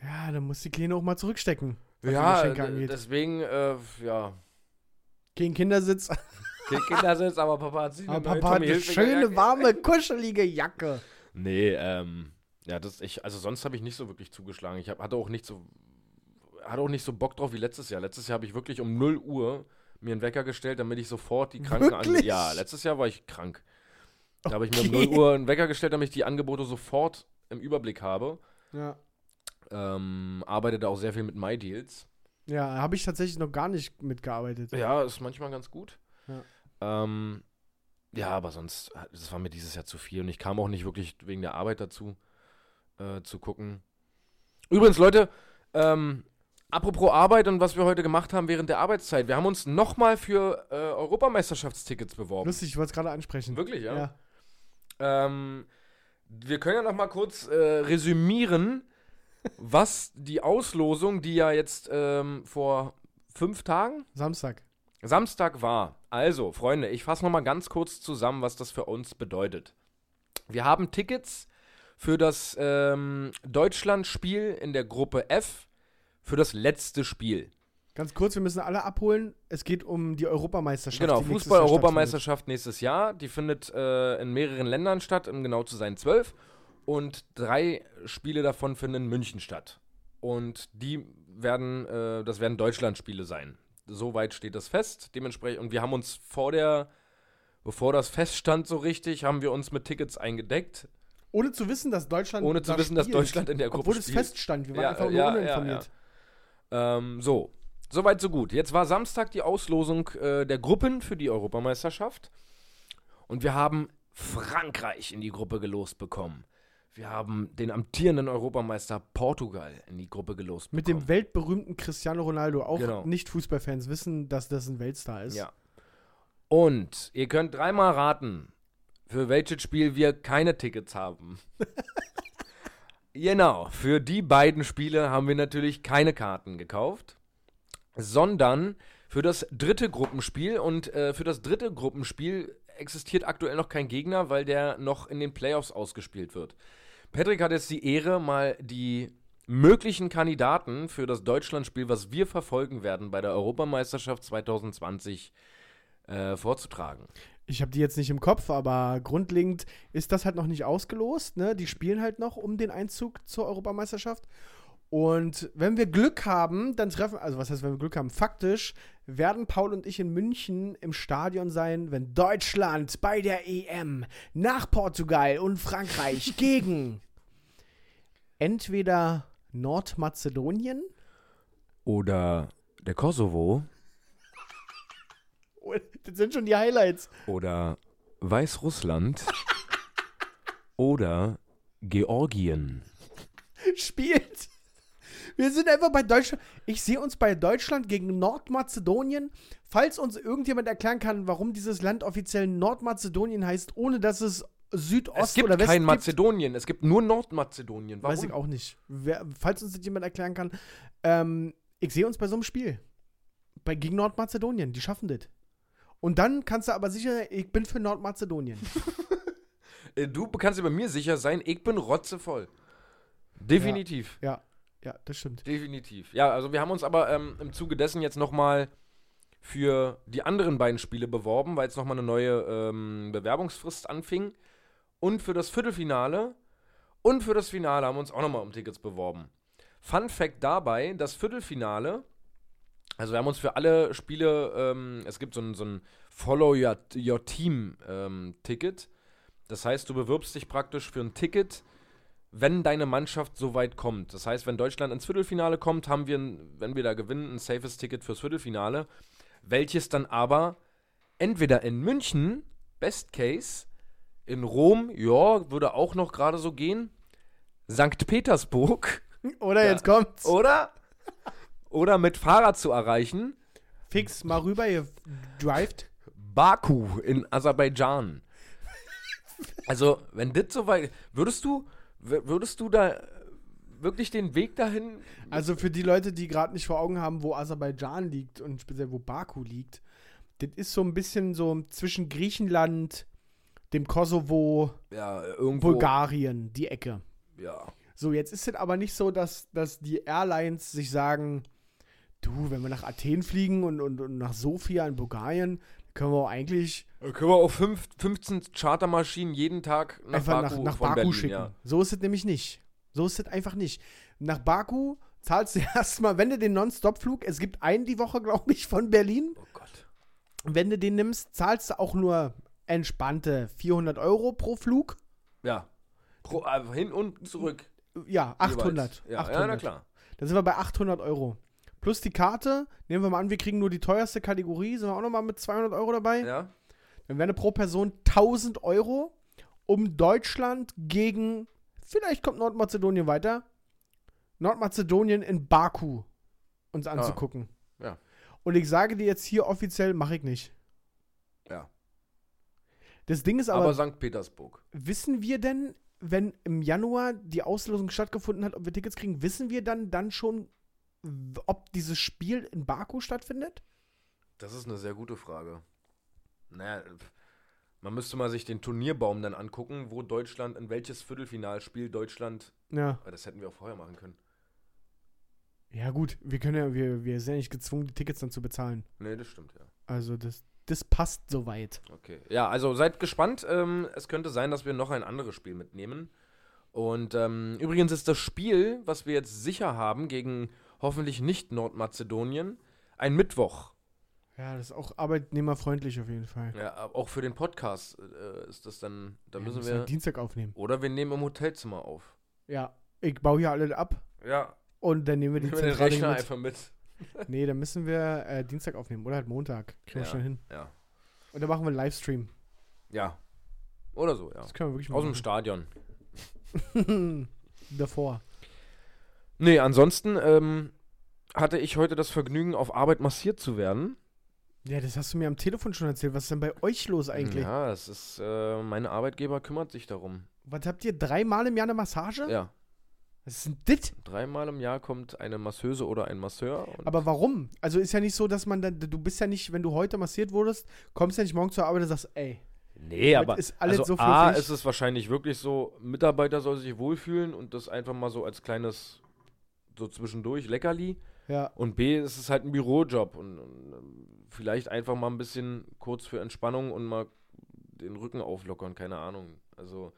Ja, dann muss die Kleine auch mal zurückstecken. was die ja, Geschenke d- angeht. deswegen äh, ja, Gegen Kindersitz. Kind- Kinder sitzt, aber Papa hat sich eine Aber neue Papa hat Tommy eine Hilfiger schöne, Jacke. warme, kuschelige Jacke. Nee, ähm, ja, das ich, also sonst habe ich nicht so wirklich zugeschlagen. Ich hab, hatte auch nicht so, hatte auch nicht so Bock drauf wie letztes Jahr. Letztes Jahr habe ich wirklich um 0 Uhr mir einen Wecker gestellt, damit ich sofort die Kranken ange- Wirklich? Ja, letztes Jahr war ich krank. Da habe ich mir um Okay. 0 Uhr einen Wecker gestellt, damit ich die Angebote sofort im Überblick habe. Ja. ähm, arbeitet auch sehr viel mit MyDeals. Ja, habe ich tatsächlich noch gar nicht mitgearbeitet. Ja, ist manchmal ganz gut. Ja. Ja, ähm, ja aber sonst, das war mir dieses Jahr zu viel und ich kam auch nicht wirklich wegen der Arbeit dazu, äh, zu gucken. Übrigens, Leute, ähm, apropos Arbeit und was wir heute gemacht haben während der Arbeitszeit, wir haben uns nochmal für äh, Europameisterschaftstickets beworben. Lustig, ich wollte es gerade ansprechen. Wirklich, ja? Ja. Ähm, wir können ja noch mal kurz äh, resümieren, was die Auslosung, die ja jetzt ähm, vor fünf Tagen, Samstag. Samstag war. Also, Freunde, ich fasse noch mal ganz kurz zusammen, was das für uns bedeutet. Wir haben Tickets für das ähm, Deutschland-Spiel in der Gruppe F, für das letzte Spiel. Ganz kurz, wir müssen alle abholen. Es geht um die Europameisterschaft. Genau, die nächstes Jahr Fußball-Europameisterschaft nächstes Jahr. Die findet äh, in mehreren Ländern statt, um genau zu sein zwölf. Und drei Spiele davon finden in München statt. Und die werden, äh, das werden Deutschland-Spiele sein. Soweit steht das fest. Dementsprechend, und wir haben uns vor der, bevor das feststand so richtig, haben wir uns mit Tickets eingedeckt. stattfindet. Ohne zu wissen, dass Deutschland. Ohne zu da wissen, dass spielt. Deutschland in der Gruppe Obwohl es spielt. feststand, wir waren Ja, einfach nur ja, uninformiert. Ähm, so, soweit so gut. Jetzt war Samstag die Auslosung äh, der Gruppen für die Europameisterschaft. Und wir haben Frankreich in die Gruppe gelost bekommen. Wir haben den amtierenden Europameister Portugal in die Gruppe gelost Mit bekommen. dem weltberühmten Cristiano Ronaldo. Auch Genau. Nicht-Fußballfans wissen, dass das ein Weltstar ist. Ja. Und ihr könnt dreimal raten, für welches Spiel wir keine Tickets haben. genau, für die beiden Spiele haben wir natürlich keine Karten gekauft, sondern für das dritte Gruppenspiel. Und äh, für das dritte Gruppenspiel existiert aktuell noch kein Gegner, weil der noch in den Playoffs ausgespielt wird. Patrick hat jetzt die Ehre, mal die möglichen Kandidaten für das Deutschlandspiel, was wir verfolgen werden bei der Europameisterschaft 2020, äh, vorzutragen. Ich habe die jetzt nicht im Kopf, aber grundlegend ist das halt noch nicht ausgelost. Ne? Die spielen halt noch um den Einzug zur Europameisterschaft. Und wenn wir Glück haben, dann treffen, also was heißt, wenn wir Glück haben? Faktisch werden Paul und ich in München im Stadion sein, wenn Deutschland bei der EM nach Portugal und Frankreich gegen entweder Nordmazedonien Oder der Kosovo Oh, Das sind schon die Highlights. oder Weißrussland oder Georgien. Spielt. Wir sind einfach bei Deutschland. Ich sehe uns bei Deutschland gegen Nordmazedonien. Falls uns irgendjemand erklären kann, warum dieses Land offiziell Nordmazedonien heißt, ohne dass es Südost Es gibt oder West kein gibt, Mazedonien, es gibt nur Nordmazedonien. Warum? weiß ich auch nicht. Wer, falls uns das jemand erklären kann, ähm, ich sehe uns bei so einem Spiel. Bei, gegen Nordmazedonien. Die schaffen das. Und dann kannst du aber sicher, ich bin für Nordmazedonien. Äh, Du kannst dir bei mir sicher sein, ich bin rotzevoll. Definitiv. ja, ja, das stimmt. Definitiv. Ja, also wir haben uns aber ähm, im Zuge dessen jetzt nochmal für die anderen beiden Spiele beworben, weil jetzt nochmal eine neue ähm, Bewerbungsfrist anfing. Und für das Viertelfinale und für das Finale haben wir uns auch nochmal um Tickets beworben. Fun Fact dabei, das Viertelfinale, also wir haben uns für alle Spiele, ähm, es gibt so ein, so ein Follow Your, your Team-Ticket. das heißt, du bewirbst dich praktisch für ein Ticket wenn deine Mannschaft so weit kommt. Das heißt, wenn Deutschland ins Viertelfinale kommt, haben wir, ein- wenn wir da gewinnen, ein safes Ticket fürs Viertelfinale, welches dann aber entweder in München, Best Case, in Rom, ja, würde auch noch gerade so gehen, Sankt Petersburg Oder jetzt kommt's. oder, oder mit Fahrrad zu erreichen, Fix mal rüber, ihr drived. Baku in Aserbaidschan. Also, wenn das so weit, würdest du, wür- würdest du da wirklich den Weg dahin Also für die Leute, die gerade nicht vor Augen haben, wo Aserbaidschan liegt und speziell wo Baku liegt, das ist so ein bisschen so zwischen Griechenland, dem Kosovo, ja, irgendwo. Bulgarien, die Ecke. Ja. So, jetzt ist es aber nicht so, dass, dass die Airlines sich sagen, du, wenn wir nach Athen fliegen und, und, und nach Sofia in Bulgarien, können wir auch eigentlich Da können wir auch fünf, 15 Chartermaschinen jeden Tag nach einfach Baku, nach, nach von Baku Berlin, schicken. Ja. So ist es nämlich nicht. So ist es einfach nicht. Nach Baku zahlst du erstmal, wenn du den Non-Stop-Flug, es gibt einen die Woche, glaube ich, von Berlin. Oh Gott. wenn du den nimmst, zahlst du auch nur entspannte 400 Euro pro Flug. Ja. Pro, äh, hin und zurück. Ja, 800. Jeweils. Ja, 800. ja, na klar. Dann sind wir bei 800 Euro. Plus die Karte, nehmen wir mal an, wir kriegen nur die teuerste Kategorie, sind wir auch nochmal mit 200 Euro dabei. Ja. Dann wären pro Person 1000 Euro, um Deutschland gegen, vielleicht kommt Nordmazedonien weiter, Nordmazedonien in Baku uns anzugucken. Ah. Ja. Und ich sage dir jetzt hier offiziell, mache ich nicht. Ja. Das Ding ist Aber, aber, St. Petersburg. wissen wir denn, wenn im Januar die Auslosung stattgefunden hat, ob wir Tickets kriegen, wissen wir dann, dann schon, w- ob dieses Spiel in Baku stattfindet? Das ist eine sehr gute Frage. Naja, pf, man müsste mal sich den Turnierbaum dann angucken, wo Deutschland, in welches Viertelfinalspiel Deutschland. Ja. Aber das hätten wir auch vorher machen können. Ja, gut, wir können ja, wir, wir sind ja nicht gezwungen, die Tickets dann zu bezahlen. Nee, das stimmt, ja. Also das, das passt soweit. Okay. Ja, also seid gespannt. Ähm, es könnte sein, dass wir noch ein anderes Spiel mitnehmen. Und ähm, übrigens ist das Spiel, was wir jetzt sicher haben, gegen hoffentlich nicht Nordmazedonien, ein Mittwoch. Ja, das ist auch arbeitnehmerfreundlich auf jeden Fall. Ja, aber auch für den Podcast äh, ist das dann. Da Ja, müssen halt wir. Dienstag aufnehmen. Oder wir nehmen im Hotelzimmer auf. Ja, ich baue hier alle ab Ja, und dann nehmen wir die nehmen wir den Zentrale Rechner mit. einfach mit. Nee, dann müssen wir äh, Dienstag aufnehmen oder halt Montag. Kriegen wir Ja. schon hin. Ja. Und dann machen wir einen Livestream. Ja. Oder so, ja. Das können wir wirklich mal Aus dem Stadion. machen. Davor. Nee, ansonsten ähm, hatte ich heute das Vergnügen, auf Arbeit massiert zu werden. Ja, das hast du mir am Telefon schon erzählt. Was ist denn bei euch los eigentlich? Ja, es ist. Äh, mein Arbeitgeber kümmert sich darum. Was habt ihr dreimal im Jahr eine Massage? Ja. Was ist denn dit? Dreimal im Jahr kommt eine Masseuse oder ein Masseur. Und Aber warum? Also ist ja nicht so, dass man dann, du bist ja nicht, wenn du heute massiert wurdest, kommst ja nicht morgen zur Arbeit und sagst, ey, nee, heute aber. ist alles also so A, fluffig. ist es wahrscheinlich wirklich so, Mitarbeiter soll sich wohlfühlen und das einfach mal so als kleines, so zwischendurch, Leckerli. ja. Und B, es ist halt ein Bürojob und, und ähm, vielleicht einfach mal ein bisschen kurz für Entspannung und mal den Rücken auflockern, keine Ahnung. Also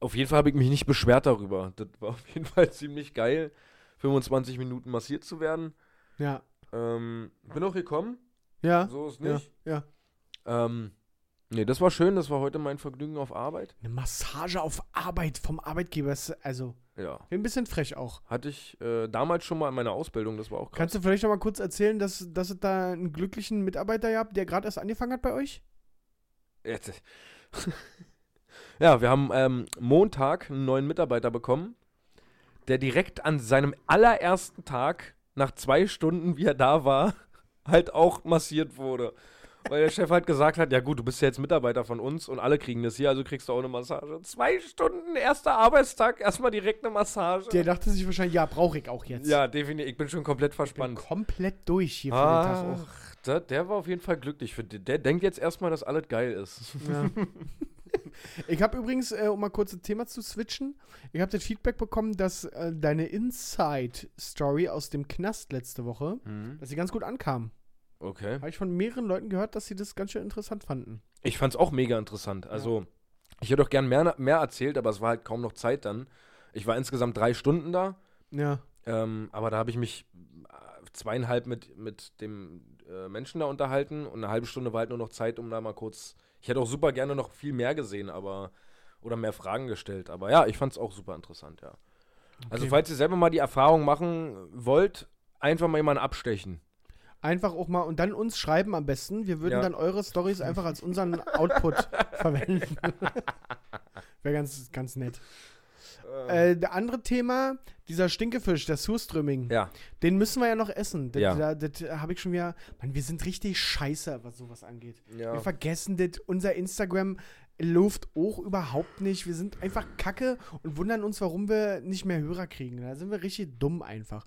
auf jeden Fall habe ich mich nicht beschwert darüber. Das war auf jeden Fall ziemlich geil, 25 Minuten massiert zu werden. Ja. Ähm, bin auch gekommen, Ja. so ist ja. nicht. Ja. Ähm, nee, das war schön, das war heute mein Vergnügen auf Arbeit. Eine Massage auf Arbeit vom Arbeitgeber ist also Ja, ein bisschen frech auch. hatte ich äh, damals schon mal in meiner Ausbildung, das war auch krass. Kannst du vielleicht noch mal kurz erzählen, dass, dass es da einen glücklichen Mitarbeiter gab, der gerade erst angefangen hat bei euch? Jetzt. ja, wir haben ähm, Montag einen neuen Mitarbeiter bekommen, der direkt an seinem allerersten Tag, nach zwei Stunden, wie er da war, halt auch massiert wurde. Weil der Chef halt gesagt hat, ja gut, du bist ja jetzt Mitarbeiter von uns und alle kriegen das hier, also kriegst du auch eine Massage. Zwei Stunden, erster Arbeitstag, erstmal direkt eine Massage. Der dachte sich wahrscheinlich, ja, brauche ich auch jetzt. ja, definitiv, ich bin schon komplett Ich bin verspannt. komplett durch hier für Ah. den Tag auch. Ach, der, der war auf jeden Fall glücklich. Für, den- der denkt jetzt erstmal, dass alles geil ist. Ja. ich habe übrigens, äh, um mal kurz ein Thema zu switchen, ich habe das Feedback bekommen, dass äh, deine Inside-Story aus dem Knast letzte Woche, dass sie ganz gut ankam. Okay. Habe ich von mehreren Leuten gehört, dass sie das ganz schön interessant fanden. Ich fand's auch mega interessant. Also, ich hätte auch gern mehr, mehr erzählt, aber es war halt kaum noch Zeit dann. Ich war insgesamt drei Stunden da, Ja. ähm, aber da habe ich mich äh, zweieinhalb mit, mit dem äh, Menschen da unterhalten und eine halbe Stunde war halt nur noch Zeit, um da mal kurz. Ich hätte auch super gerne noch viel mehr gesehen, aber. Oder mehr Fragen gestellt. Aber ja, ich fand's auch super interessant, ja. Also, Okay. falls ihr selber mal die Erfahrung machen wollt, einfach mal jemanden abstechen. Einfach auch mal und dann uns schreiben am besten. Wir würden Ja. dann eure Stories einfach als unseren Output verwenden. Wäre ganz, ganz nett. Äh, der andere Thema, dieser Stinkefisch, der Surströmming, Ja. den müssen wir ja noch essen. Das, Ja. da, das habe ich schon wieder. Mann, wir sind richtig scheiße, was sowas angeht. ja. Wir vergessen das. Unser Instagram läuft auch überhaupt nicht. Wir sind einfach kacke und wundern uns, warum wir nicht mehr Hörer kriegen. Da sind wir richtig dumm einfach.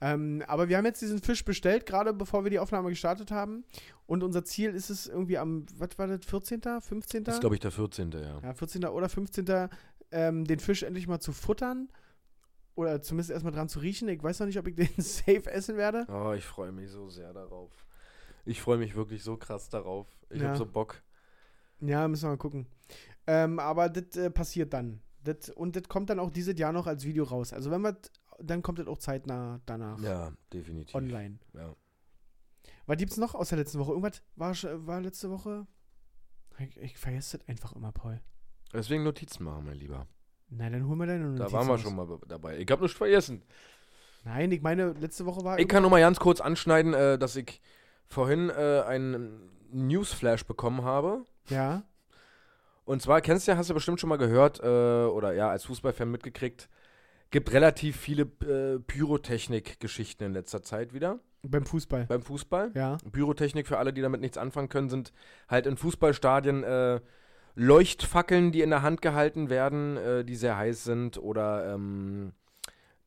Ähm, aber wir haben jetzt diesen Fisch bestellt, gerade bevor wir die Aufnahme gestartet haben. Und unser Ziel ist es irgendwie am, was war das, 14., 15.? Das ist, glaube ich, der 14. Ja. ja, 14. oder 15. Ähm, den Fisch endlich mal zu futtern. Oder zumindest erstmal dran zu riechen. Ich weiß noch nicht, ob ich den safe essen werde. Oh, ich freue mich so sehr darauf. Ich freue mich wirklich so krass darauf. Ich Ja. habe so Bock. Ja, müssen wir mal gucken. Ähm, aber das äh, passiert dann. Das, und das kommt dann auch dieses Jahr noch als Video raus. Also wenn wir, dann kommt das auch zeitnah danach Ja, definitiv. online. Ja. Was gibt's noch aus der letzten Woche? Irgendwas war, sch- war letzte Woche? Ich, ich vergesse das einfach immer, Paul. Deswegen Notizen machen, mein Lieber. Nein, dann holen wir deine Notizen. Da waren wir raus. schon mal be- dabei. Ich habe nichts vergessen. Nein, ich meine, letzte Woche war. Ich kann nur mal ganz kurz anschneiden, äh, dass ich vorhin äh, einen Newsflash bekommen habe. ja. Und zwar, kennst du ja, hast du bestimmt schon mal gehört äh, oder ja, als Fußballfan mitgekriegt, gibt relativ viele äh, Pyrotechnik-Geschichten in letzter Zeit wieder Beim Fußball. beim Fußball. Ja. Pyrotechnik für alle, die damit nichts anfangen können, sind halt in Fußballstadien äh, Leuchtfackeln, die in der Hand gehalten werden, äh, die sehr heiß sind oder ähm,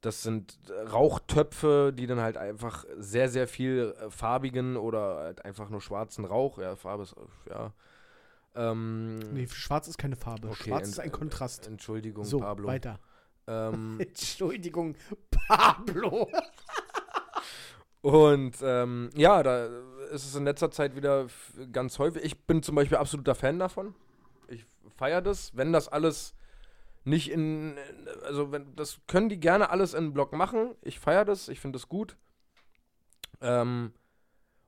das sind äh, Rauchtöpfe, die dann halt einfach sehr, sehr viel äh, farbigen oder halt einfach nur schwarzen Rauch, ja, Farbe ist, äh, ja. Ähm, Nee, schwarz ist keine Farbe. Okay, schwarz ent- ist ein Kontrast. Entschuldigung, So, Pablo. weiter. Ähm, Entschuldigung, Pablo. Und ähm, ja, da ist es in letzter Zeit wieder f- ganz häufig. Ich bin zum Beispiel absoluter Fan davon. Ich feiere das, wenn das alles nicht in. Also, wenn, das können die gerne alles in einen Block machen. Ich feiere das, ich finde das gut. Ähm,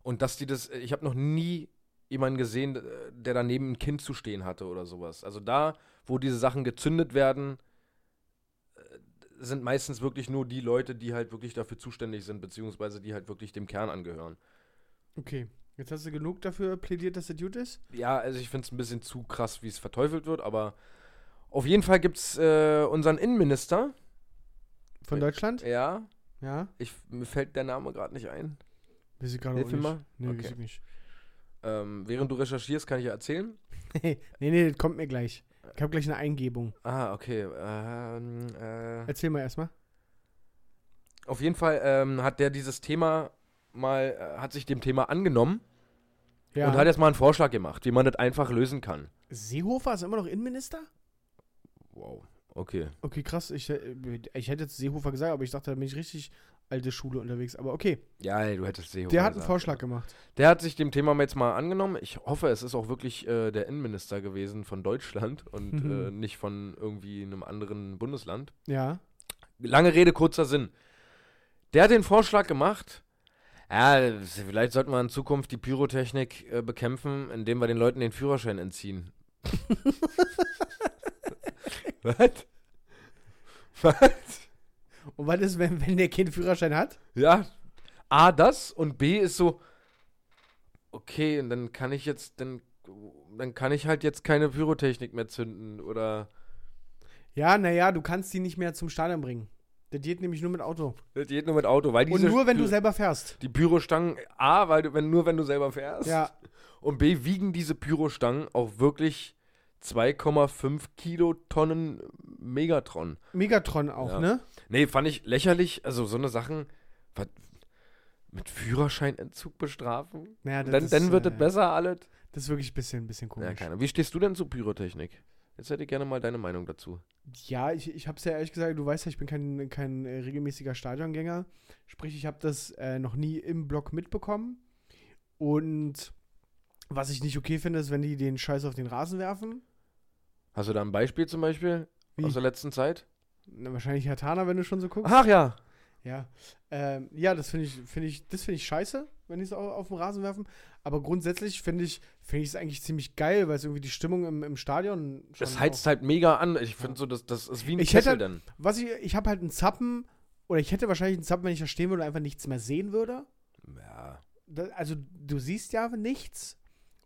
und dass die das. Ich habe noch nie jemanden gesehen, der daneben ein Kind zu stehen hatte oder sowas. Also, da, wo diese Sachen gezündet werden, sind meistens wirklich nur die Leute, die halt wirklich dafür zuständig sind, beziehungsweise die halt wirklich dem Kern angehören. Okay, jetzt hast du genug dafür plädiert, dass das gut ist. Ja, also ich finde es ein bisschen zu krass, wie es verteufelt wird, aber auf jeden Fall gibt es äh, unseren Innenminister. Von Ja. Deutschland? Ja, Ja. ich, mir fällt der Name gerade nicht ein. Weiß ich gerade auch Hilf mir nicht. mal. Nee, weiß Okay. ich nicht. Ähm, während du recherchierst, kann ich ja erzählen. nee, nee, das kommt mir gleich. Ich habe gleich eine Eingebung. Ah, okay. Ähm, äh, Erzähl mal erstmal. auf jeden Fall ähm, hat der dieses Thema mal, äh, hat sich dem Thema angenommen Ja. und hat jetzt mal einen Vorschlag gemacht, wie man das einfach lösen kann. Seehofer ist immer noch Innenminister? Wow. Okay. Okay, krass. Ich, äh, ich hätte jetzt Seehofer gesagt, aber ich dachte, da bin ich richtig alte Schule unterwegs. Aber okay, Ja, ey, du hättest Seehofer der hat einen gesagt. Vorschlag gemacht. Der hat sich dem Thema jetzt mal angenommen. Ich hoffe, es ist auch wirklich äh, der Innenminister gewesen von Deutschland und Mhm. äh, nicht von irgendwie einem anderen Bundesland. Ja. Lange Rede, kurzer Sinn. Der hat den Vorschlag gemacht. Ja, vielleicht sollten wir in Zukunft die Pyrotechnik äh, bekämpfen, indem wir den Leuten den Führerschein entziehen. Was? Was? Und was ist, wenn, wenn der Kind Führerschein hat? Ja, A, das und B ist so, okay, und dann kann ich jetzt, dann, dann kann ich halt jetzt keine Pyrotechnik mehr zünden oder. Ja, naja, du kannst die nicht mehr zum Stadion bringen. Der geht nämlich nur mit Auto. Das geht halt nur mit Auto, weil diese. Und nur, wenn du Py- selber fährst. Die Pyrostangen, A, weil du, wenn, nur wenn du selber fährst. Ja, Und B, wiegen diese Pyrostangen auch wirklich 2,5 Kilotonnen Megatron. Megatron auch, Ja. ne? Nee, fand ich lächerlich. Also so eine Sachen, was, mit Führerscheinentzug bestrafen? Naja, dann, dann wird äh, das besser alles. Das ist wirklich ein bisschen, ein bisschen komisch. Ja, keiner. Wie stehst du denn zu Pyrotechnik? Jetzt hätte ich gerne mal deine Meinung dazu. Ja, ich, ich habe es ja ehrlich gesagt, du weißt ja, ich bin kein, kein äh, regelmäßiger Stadiongänger. Sprich, ich habe das äh, noch nie im Block mitbekommen. Und was ich nicht okay finde, ist, wenn die den Scheiß auf den Rasen werfen. Hast du da ein Beispiel zum Beispiel Wie? aus der letzten Zeit? Na, wahrscheinlich Herr Tana, wenn du schon so guckst. Ach ja. Ja, ähm, ja, das finde ich, finde ich, das finde ich scheiße, wenn die es au- auf den Rasen werfen. Aber grundsätzlich finde ich, finde ich es eigentlich ziemlich geil, weil es irgendwie die Stimmung im, im Stadion schon Das heizt halt mega an. Ich finde so, das, das ist wie ein Ich Kessel hätte- dann. auch- Was ich, ich habe halt einen Zappen oder ich hätte wahrscheinlich einen Zappen, wenn ich da stehen würde und einfach nichts mehr sehen würde. Ja. Da- also du siehst ja nichts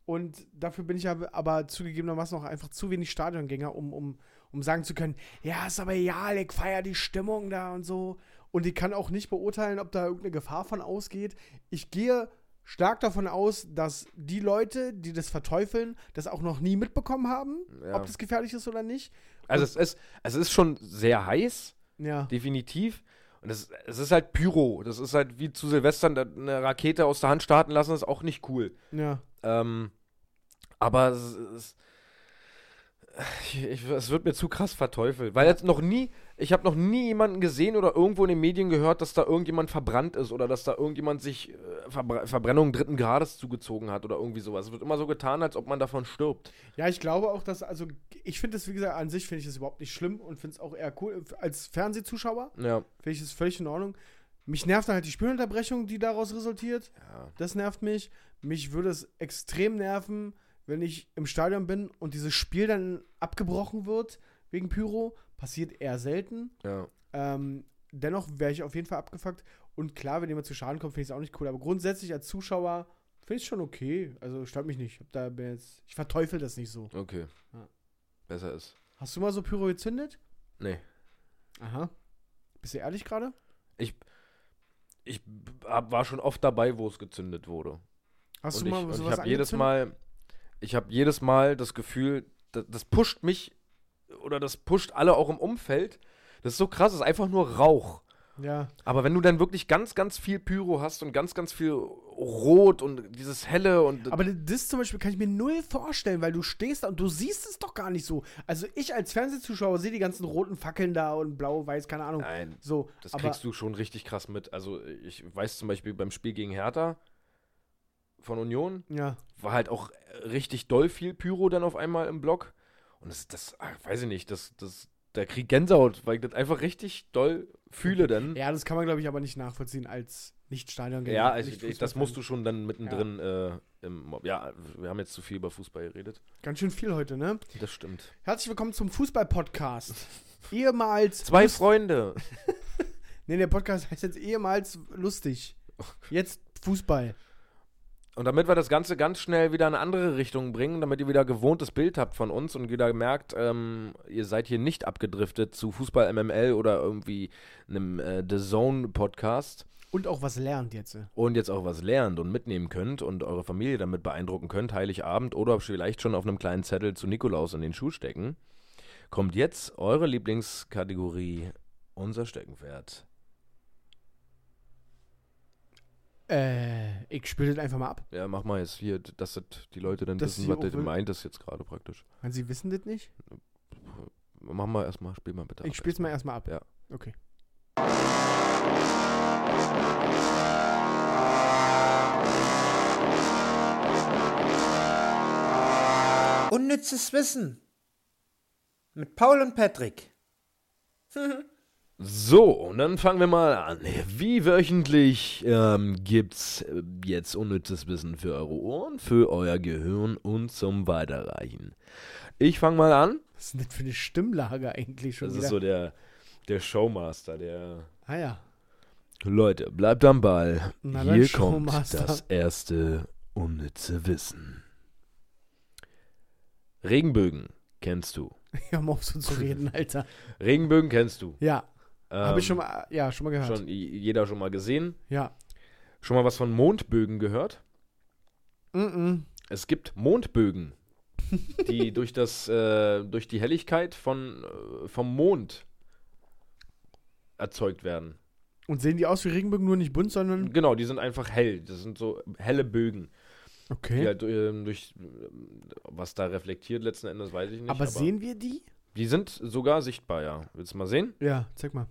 und dafür bin ich aber, aber zugegebenermaßen auch einfach zu wenig Stadiongänger, um, um, um sagen zu können, ja, ist aber egal, ich feier die Stimmung da und so. Und ich kann auch nicht beurteilen, ob da irgendeine Gefahr von ausgeht. Ich gehe stark davon aus, dass die Leute, die das verteufeln, das auch noch nie mitbekommen haben, Ja. ob das gefährlich ist oder nicht. Also es ist, es ist schon sehr heiß, Ja. definitiv. Und es, es ist halt Pyro. Das ist halt wie zu Silvestern da- eine Rakete aus der Hand starten lassen, ist auch nicht cool. ja. Ähm, aber es, es, ich, es wird mir zu krass verteufelt. Weil jetzt noch nie, ich habe noch nie jemanden gesehen oder irgendwo in den Medien gehört, dass da irgendjemand verbrannt ist oder dass da irgendjemand sich äh, Verbra Verbrennung dritten Grades zugezogen hat oder irgendwie sowas. Es wird immer so getan, als ob man davon stirbt. Ja, ich glaube auch, dass, also ich finde das, wie gesagt, an sich finde ich das überhaupt nicht schlimm und finde es auch eher cool. Als Fernsehzuschauer Ja. Finde ich das völlig in Ordnung. Mich nervt dann halt die Spielunterbrechung, die daraus resultiert. ja. Das nervt mich. Mich würde es extrem nerven, wenn ich im Stadion bin und dieses Spiel dann abgebrochen wird wegen Pyro. Passiert eher selten. Ja. Ähm, dennoch wäre ich auf jeden Fall abgefuckt. Und klar, wenn jemand zu Schaden kommt, finde ich es auch nicht cool. Aber grundsätzlich als Zuschauer finde ich es schon okay. Also stört mich nicht. Ich, hab da bin jetzt, ich verteufel das nicht so. Okay. Ja. Besser ist. Hast du mal so Pyro gezündet? Nee. Aha. Bist du ehrlich gerade? Ich b- hab, war schon oft dabei, wo es gezündet wurde. Hast und du mal ich, und sowas ich habe jedes angezündet? Mal, ich habe jedes Mal das Gefühl, das, das pusht mich oder das pusht alle auch im Umfeld. Das ist so krass, das ist einfach nur Rauch. Ja. Aber wenn du dann wirklich ganz, ganz viel Pyro hast und ganz, ganz viel Rot und dieses Helle und. Aber das zum Beispiel kann ich mir null vorstellen, weil du stehst da und du siehst es doch gar nicht so. Also ich als Fernsehzuschauer sehe die ganzen roten Fackeln da und blau, weiß, keine Ahnung. nein, So, das aber kriegst du schon richtig krass mit. Also, ich weiß zum Beispiel beim Spiel gegen Hertha von Union, ja, war halt auch äh, richtig doll viel Pyro dann auf einmal im Block. Und das, das ah, weiß ich nicht, das, das, da krieg ich Gänsehaut, weil ich das einfach richtig doll fühle dann. Ja, ja, das kann man glaube ich aber nicht nachvollziehen als nicht Stadion. also ich, ich, das musst du schon dann mittendrin äh, im Mob. Ja, wir haben jetzt zu viel über Fußball geredet. Ganz schön viel heute, ne? Das stimmt. Herzlich willkommen zum Fußball-Podcast. ehemals. Zwei Lust- Freunde. Nee, der Podcast heißt jetzt ehemals lustig. Jetzt Fußball. Und damit wir das Ganze ganz schnell wieder in eine andere Richtung bringen, damit ihr wieder gewohntes Bild habt von uns und wieder merkt, ähm, ihr seid hier nicht abgedriftet zu Fußball MML oder irgendwie einem äh, The Zone Podcast. Und auch was lernt jetzt. äh. und jetzt auch was lernt und mitnehmen könnt und eure Familie damit beeindrucken könnt, Heiligabend oder vielleicht schon auf einem kleinen Zettel zu Nikolaus in den Schuh stecken, kommt jetzt eure Lieblingskategorie, unser Steckenpferd. Äh, ich spiele das einfach mal ab. Ja, mach mal jetzt hier, dass das die Leute dann Dass wissen, sie was auch das will- meint ist jetzt gerade praktisch. Wenn Sie wissen das nicht? Mach mal erstmal, spiel mal bitte. ab Ich spiel's mal erstmal ab. Ja. Okay. Unnützes Wissen. Mit Paul und Patrick. So, und dann fangen wir mal an. Wie wöchentlich ähm, gibt's äh, jetzt unnützes Wissen für eure Ohren, für euer Gehirn und zum Weiterreichen. Ich fange mal an. Was ist denn das für eine Stimmlage eigentlich schon Das wieder? ist so der, der Showmaster, der. ah ja. Leute, bleibt am Ball. Na dann, Hier kommt Showmaster. das erste unnütze Wissen. Regenbögen kennst du. Hör mal auf so zu reden, Alter. Regenbögen kennst du. Ja, Ähm, habe ich schon mal, ah, ja, schon mal gehört. Schon, i- jeder schon mal gesehen. Ja. Schon mal was von Mondbögen gehört? Mm Es gibt Mondbögen, die durch, das, äh, durch die Helligkeit von, äh, vom Mond erzeugt werden. Und sehen die aus wie Regenbögen, nur nicht bunt, sondern. Genau, die sind einfach hell. Das sind so helle Bögen. Okay. Ja, du- ähm, durch ähm, was da reflektiert letzten Endes, weiß ich nicht. aber, sehen wir die? Die sind sogar sichtbar, ja. Willst du mal sehen? Ja, zeig mal.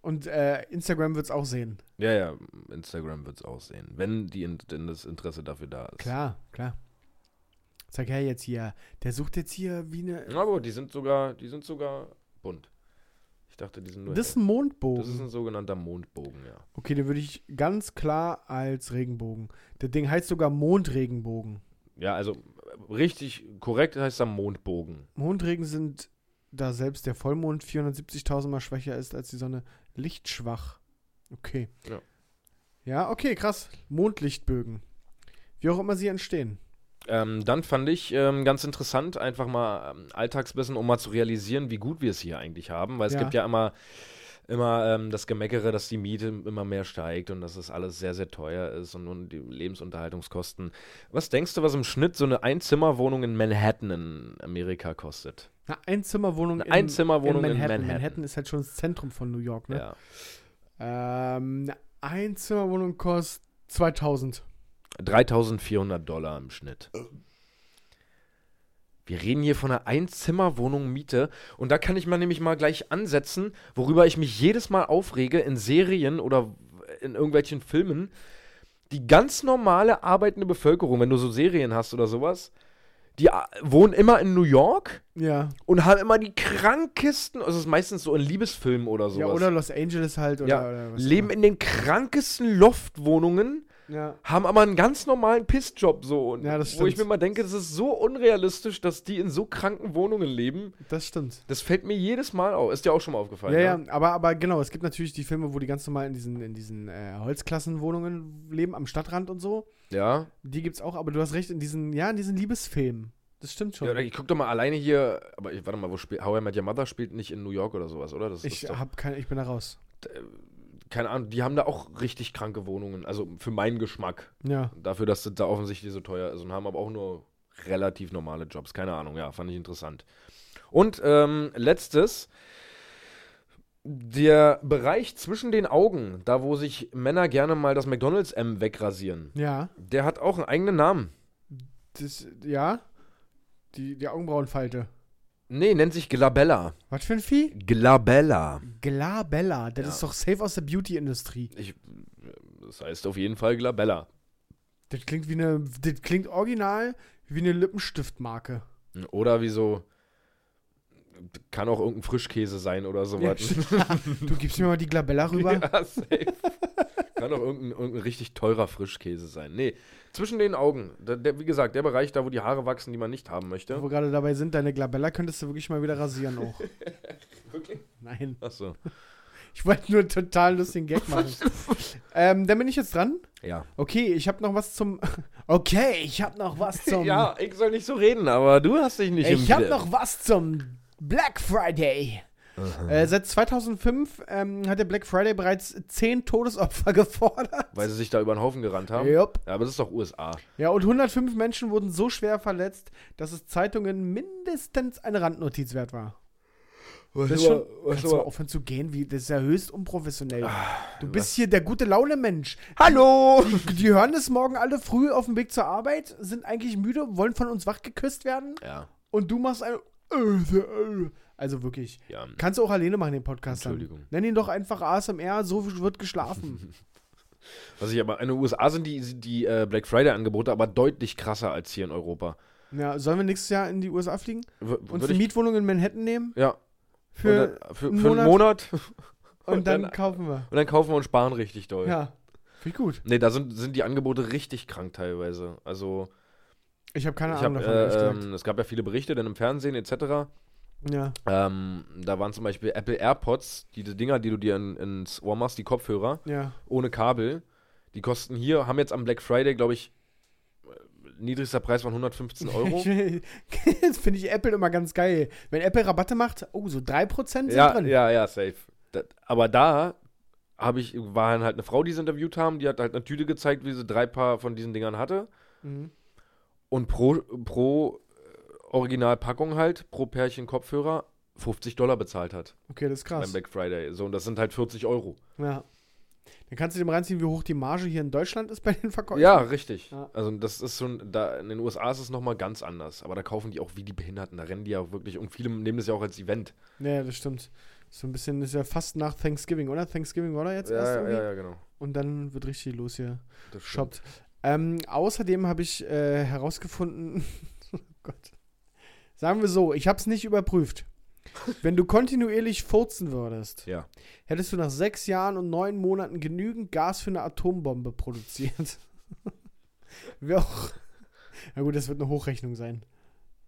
Und äh, Instagram wird's auch sehen. Ja, ja, Instagram wird es aussehen, wenn die in, denn das Interesse dafür da ist. Klar, klar. Zeig her jetzt hier. Der sucht jetzt hier wie eine. Aber die sind sogar, die sind sogar bunt. Ich dachte, die sind nur. Das ist hell. ein Mondbogen. das ist ein sogenannter Mondbogen, ja. okay, den würde ich ganz klar als Regenbogen. Das Ding heißt sogar Mondregenbogen. Ja, also äh, richtig korrekt heißt er Mondbogen. Mondregen sind, da selbst der Vollmond 470.000 Mal schwächer ist als die Sonne, lichtschwach. Okay. Ja. Ja, okay, krass. Mondlichtbögen. Wie auch immer sie entstehen. Ähm, dann fand ich ähm, ganz interessant, einfach mal ähm, Alltagswissen, um mal zu realisieren, wie gut wir es hier eigentlich haben, weil es Ja. gibt ja immer, immer ähm, das Gemeckere, dass die Miete immer mehr steigt und dass es alles sehr, sehr teuer ist und, und die Lebensunterhaltungskosten. Was denkst du, was im Schnitt so eine Einzimmerwohnung in Manhattan in Amerika kostet? Eine Einzimmerwohnung Eine Einzimmerwohnung in Manhattan. Manhattan. Manhattan ist halt schon das Zentrum von New York, ne? Ja. Ähm, eine Einzimmerwohnung kostet 2000. 3400 Dollar im Schnitt. Äh. Wir reden hier von einer Einzimmerwohnung Miete und da kann ich mal nämlich mal gleich ansetzen, worüber ich mich jedes Mal aufrege in Serien oder in irgendwelchen Filmen. Die ganz normale arbeitende Bevölkerung, wenn du so Serien hast oder sowas, die a- wohnen immer in New York Ja. und haben immer die krankesten, also es ist meistens so in Liebesfilmen oder sowas. Ja, oder Los Angeles halt. Oder, Ja, oder was leben in den krankesten Loftwohnungen immer. Ja. haben aber einen ganz normalen Pissjob so. Und Ja, das wo ich mir stimmt. mal denke, das ist so unrealistisch, dass die in so kranken Wohnungen leben. Das stimmt. Das fällt mir jedes Mal auf. Ist dir auch schon mal aufgefallen. ne? Ja, ja, aber, aber genau, es gibt natürlich die Filme, wo die ganz normal in diesen, in diesen äh, Holzklassenwohnungen leben, am Stadtrand und so. Ja. Die gibt's auch, aber du hast recht, in diesen, ja, in diesen Liebesfilmen. Das stimmt schon. ja. oder Ich guck doch mal alleine hier. Aber ich, warte mal, wo spielt. How I Met Your Mother spielt nicht in New York oder sowas, oder? Das ich ist doch, hab keine, ich bin da raus. keine Ahnung. Die haben da auch richtig kranke Wohnungen. Also für meinen Geschmack. Ja. Dafür, dass das da offensichtlich so teuer ist und haben aber auch nur relativ normale Jobs. Keine Ahnung, ja, fand ich interessant. Und ähm, letztes, der Bereich zwischen den Augen, da wo sich Männer gerne mal das McDonalds-M wegrasieren, Ja. der hat auch einen eigenen Namen. Das, ja. Die, die Augenbrauenfalte. Nee, nennt sich Glabella. Was für ein Vieh? Glabella. Glabella. Das Ja. ist doch safe aus der Beauty-Industrie. Ich, das heißt auf jeden Fall Glabella. Das klingt wie eine, das klingt original wie eine Lippenstiftmarke. Oder wie so, kann auch irgendein Frischkäse sein oder Ja, sowas. stimmt. du gibst mir mal die Glabella rüber. Ja, safe. Kann auch irgendein, irgendein richtig teurer Frischkäse sein. Nee, zwischen den Augen. Da, der, wie gesagt, der Bereich da, wo die Haare wachsen, die man nicht haben Wo möchte. wir gerade dabei sind, deine Glabella könntest du wirklich mal wieder rasieren auch. Nein. Achso. Ich wollte nur einen total lustigen Gag machen. ähm, dann bin ich jetzt dran. Ja. Okay, ich habe noch was zum. Okay, ich habe noch was zum. Ja, ich soll nicht so reden, aber du hast dich nicht im ich habe Griff. noch was zum Black Friday. Äh, seit 2005 ähm, hat der Black Friday bereits 10 Todesopfer gefordert. Weil sie sich da über den Haufen gerannt haben. Ja, Jupp. aber das ist doch USA. Ja, und 105 Menschen wurden so schwer verletzt, dass es Zeitungen mindestens eine Randnotiz wert war. Was Das ist schon, kannst du mal aufhören zu gehen? Wie, das ist ja höchst unprofessionell. du bist hier der gute Laune-Mensch. Hallo! Die, die hören das morgen alle früh auf dem Weg zur Arbeit, sind eigentlich müde, wollen von uns wachgeküsst werden Ja, und du machst ein... Also wirklich. ja. Kannst du auch alleine machen, den Podcast. dann. Entschuldigung. Nenn ihn doch einfach ASMR, so wird geschlafen. Was ich aber, in den USA sind die, die äh, Black Friday-Angebote aber deutlich krasser als hier in Europa. ja, sollen wir nächstes Jahr in die USA fliegen? W Uns würd eine ich- Mietwohnung in Manhattan nehmen? Ja. Für, und dann, für, einen für einen Monat und und dann- dann kaufen wir. dann kaufen wir und sparen richtig doll. Ja. Finde ich gut. Nee, da sind, sind die Angebote richtig krank teilweise. Also, Ich habe keine ich Ahnung hab, davon, ehrlich äh, gesagt. ähm, es gab ja viele Berichte dann im Fernsehen etc. Ja. Ähm, da waren zum Beispiel Apple AirPods, diese Dinger, die du dir in, ins Ohr machst, die Kopfhörer, Ja. ohne Kabel. Die kosten hier, haben jetzt am Black Friday, glaube ich, äh, niedrigster Preis von 115 Euro. das finde ich Apple immer ganz geil. Wenn Apple Rabatte macht, oh, so 3% sind ja, drin. ja, ja, safe. Da, aber da habe ich, war halt eine Frau, die sie interviewt haben, die hat halt eine Tüte gezeigt, wie sie drei Paar von diesen Dingern hatte. Mhm. Und pro, pro äh, Originalpackung halt, pro Pärchen Kopfhörer, 50 Dollar bezahlt hat Okay, das ist beim krass. Black Friday. So, und das sind halt 40 Euro. Ja. Dann kannst du dem reinziehen, wie hoch die Marge hier in Deutschland ist bei den Verkäufen. Ja, richtig. Ja. Also das ist so, ein- da in den USA ist es nochmal ganz anders. Aber da kaufen die auch wie die Behinderten. Da rennen die ja wirklich, und viele nehmen das ja auch als Event. Ja, das stimmt. So ein bisschen ist ja fast nach Thanksgiving, oder? Thanksgiving war da jetzt erst irgendwie. genau. Und dann wird richtig los hier. Das stimmt. Shoppt. Ähm, außerdem habe ich äh, herausgefunden, oh Gott. Sagen wir so, ich habe es nicht überprüft. Wenn du kontinuierlich furzen würdest, Ja. hättest du nach sechs Jahren und neun Monaten genügend Gas für eine Atombombe produziert. Wäre auch. Na gut, das wird eine Hochrechnung sein.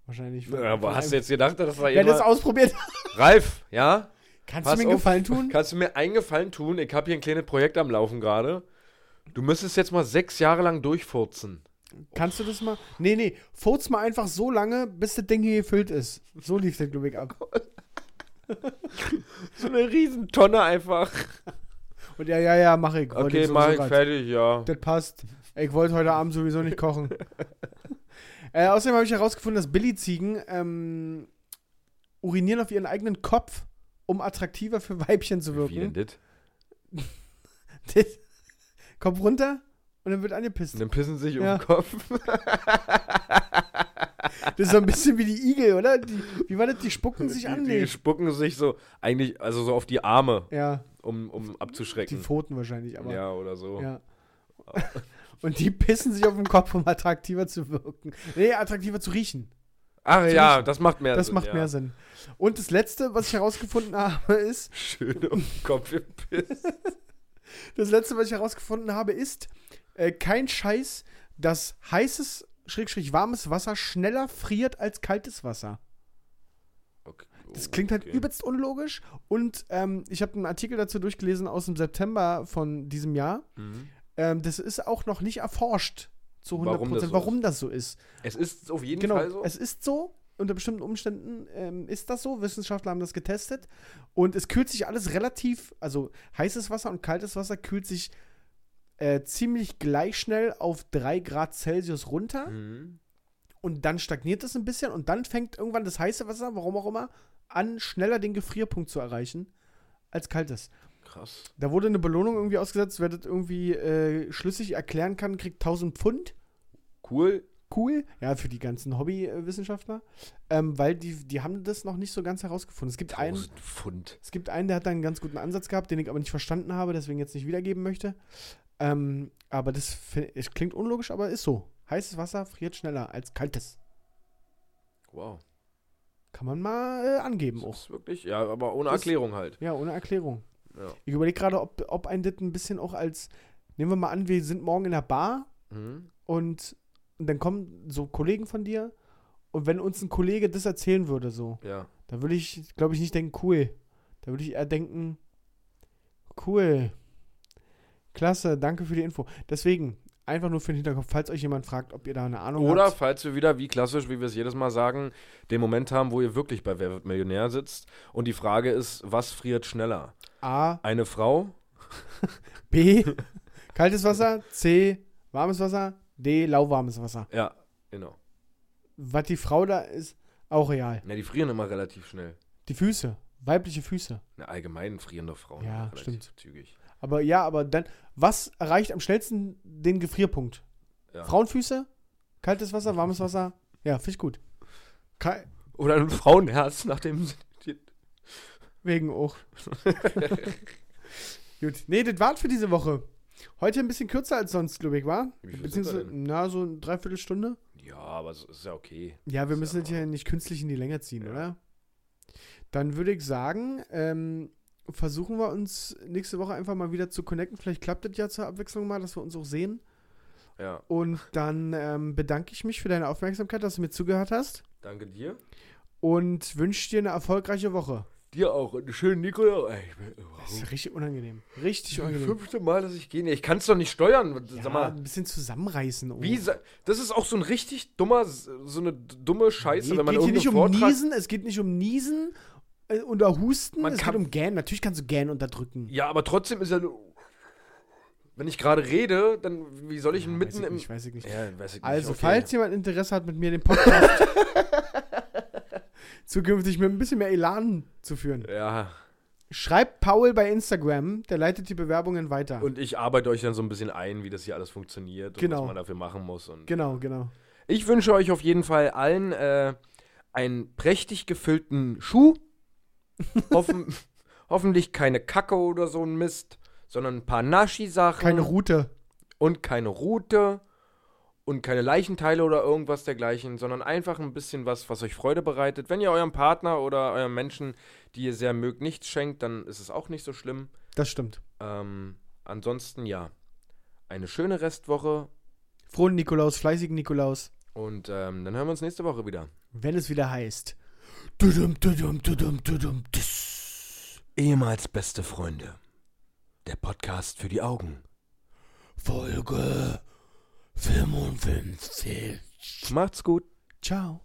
Wahrscheinlich. Ja, aber hast du jetzt gedacht, dass da Wer das jemand... ausprobiert? Ralf, ja? Kannst Pass du mir einen auf. Gefallen tun? Kannst du mir einen Gefallen tun? Ich habe hier ein kleines Projekt am Laufen gerade. Du müsstest jetzt mal sechs Jahre lang durchfurzen. Kannst du das mal? Nee, nee, furz mal einfach so lange, bis das Ding hier gefüllt ist. So lief der Glubik ab. So eine Riesentonne einfach. Und ja, ja, ja, mach ich. Wollte Okay, jetzt mach ich sowieso grad. fertig, ja. Das passt. Ich wollte heute Abend sowieso nicht kochen. äh, außerdem habe ich herausgefunden, dass Billigziegen ähm, urinieren auf ihren eigenen Kopf, um attraktiver für Weibchen zu wirken. das? Das kommt runter und dann wird angepisst. Und dann pissen sie sich Ja. um den Kopf. Das ist so ein bisschen wie die Igel, oder? Die, wie war das? Die spucken sich an. die, Nee. die spucken sich so, eigentlich, also so auf die Arme, Ja, um, um die abzuschrecken. Pfoten wahrscheinlich, aber. ja, Oh. oder so. Ja. Und die pissen sich auf den Kopf, um attraktiver zu wirken. Nee, attraktiver zu riechen. Ach So ja, nicht- das macht mehr Das Sinn. macht ja. mehr Sinn. Und das Letzte, was ich herausgefunden habe, ist, Schön um den Kopf gepisst. das Letzte, was ich herausgefunden habe, ist, äh, kein Scheiß, dass heißes, schrägstrich warmes Wasser schneller friert als kaltes Wasser. Okay. Das klingt halt Oh, okay. übelst unlogisch. Und ähm, ich habe einen Artikel dazu durchgelesen aus dem September von diesem Jahr. Mhm. Ähm, das ist auch noch nicht erforscht zu 100 Warum das so Prozent, ist. warum das so ist. Es ist auf jeden Genau, Fall so. es ist so. Unter bestimmten Umständen ähm, ist das so. Wissenschaftler haben das getestet. Und es kühlt sich alles relativ, also heißes Wasser und kaltes Wasser kühlt sich äh, ziemlich gleich schnell auf 3 Grad Celsius runter. Mhm. Und dann stagniert es ein bisschen. Und dann fängt irgendwann das heiße Wasser, warum auch immer, an, schneller den Gefrierpunkt zu erreichen als kaltes. Krass. Da wurde eine Belohnung irgendwie ausgesetzt. Wer das irgendwie äh, schlüssig erklären kann, kriegt 1000 Pfund Cool. cool, ja, für die ganzen Hobbywissenschaftler, ähm, weil die, die haben das noch nicht so ganz herausgefunden. Es gibt einen, 1000 Pfund. es gibt einen, der hat da einen ganz guten Ansatz gehabt, den ich aber nicht verstanden habe, deswegen jetzt nicht wiedergeben möchte. Ähm, aber das fi- es klingt unlogisch, aber ist so. Heißes Wasser friert schneller als kaltes. Wow. Kann man mal äh, angeben Das auch. ist wirklich, ja, aber ohne Das- Erklärung halt. Ja, ohne Erklärung. Ja. Ich überlege gerade, ob, ob ein das ein bisschen auch als, nehmen wir mal an, wir sind morgen in der Bar Mhm. und, und dann kommen so Kollegen von dir und wenn uns ein Kollege das erzählen würde, so, Ja. Da würde ich, glaube ich, nicht denken, cool. Da würde ich eher denken, cool. Klasse, danke für die Info. Deswegen, einfach nur für den Hinterkopf, falls euch jemand fragt, ob ihr da eine Ahnung Oder habt. falls wir wieder, wie klassisch, wie wir es jedes Mal sagen, den Moment haben, wo ihr wirklich bei Wer wird Millionär sitzt und die Frage ist, was friert schneller? A, Eine Frau? B, kaltes Wasser, C, warmes Wasser, D, lauwarmes Wasser. Ja, genau. Was die Frau da ist, auch real. Na, die frieren immer relativ schnell. Die Füße, weibliche Füße. Na, allgemein frieren doch Frauen Ja, relativ stimmt. zügig. Aber ja, aber dann, was erreicht am schnellsten den Gefrierpunkt? Ja. Frauenfüße, kaltes Wasser, warmes Wasser. Ja, finde ich gut. Ka Oder ein Frauenherz nach dem. Wegen auch. Gut. Nee, das war's für diese Woche. Heute ein bisschen kürzer als sonst, glaube ich, war? Wie viel sind wir Beziehungsweise, denn? na, so eine Dreiviertelstunde. Ja, aber es ist ja okay. Ja, wir Ist müssen ja das ja nicht künstlich in die Länge ziehen, Ja. oder? Dann würde ich sagen, ähm, versuchen wir uns nächste Woche einfach mal wieder zu connecten. Vielleicht klappt das ja zur Abwechslung mal, dass wir uns auch sehen. Ja, Und dann ähm, bedanke ich mich für deine Aufmerksamkeit, dass du mir zugehört hast. danke dir. Und wünsche dir eine erfolgreiche Woche. Dir auch. Und schönen Nikolaus. Ey, ich bin, Das ist richtig unangenehm. Richtig Das unangenehm. fünfte Mal, dass ich gehe. Nee, Ich kann es doch nicht steuern. Ja, Sag mal, ein bisschen zusammenreißen. oh. wie sa- das ist auch so ein richtig dummer, so eine dumme Scheiße, Nee, wenn man geht hier nicht irgendeinen um Vortrag. Niesen, es geht nicht um Niesen äh, oder Husten, Man es kann- geht um Gähnen. Natürlich kannst du Gähnen unterdrücken. Ja, aber trotzdem ist ja. Wenn ich gerade rede, dann wie soll ich Ja, mitten weiß ich im. nicht, weiß ich nicht. Ja, weiß ich nicht. also, okay. falls jemand Interesse hat, mit mir den Podcast zukünftig mit ein bisschen mehr Elan zu führen, Ja, schreibt Paul bei Instagram, der leitet die Bewerbungen weiter. und ich arbeite euch dann so ein bisschen ein, wie das hier alles funktioniert und Genau. was man dafür machen muss. Und genau, genau. Ich wünsche euch auf jeden Fall allen äh, einen prächtig gefüllten Schuh. Hoffen, hoffentlich keine Kacke oder so ein Mist, sondern ein paar Naschi-Sachen. Keine Route. Und keine Rute. Und keine Leichenteile oder irgendwas dergleichen, sondern einfach ein bisschen was, was euch Freude bereitet. Wenn ihr eurem Partner oder eurem Menschen, die ihr sehr mögt, nichts schenkt, dann ist es auch nicht so schlimm. Das stimmt. Ähm, ansonsten ja, eine schöne Restwoche Frohen Nikolaus, fleißigen Nikolaus, und ähm, dann hören wir uns nächste Woche wieder. wenn es wieder heißt. Tudum, tudum, tudum, tudum, tss. Ehemals beste Freunde. Der Podcast für die Augen. Folge 55. Macht's gut. Ciao.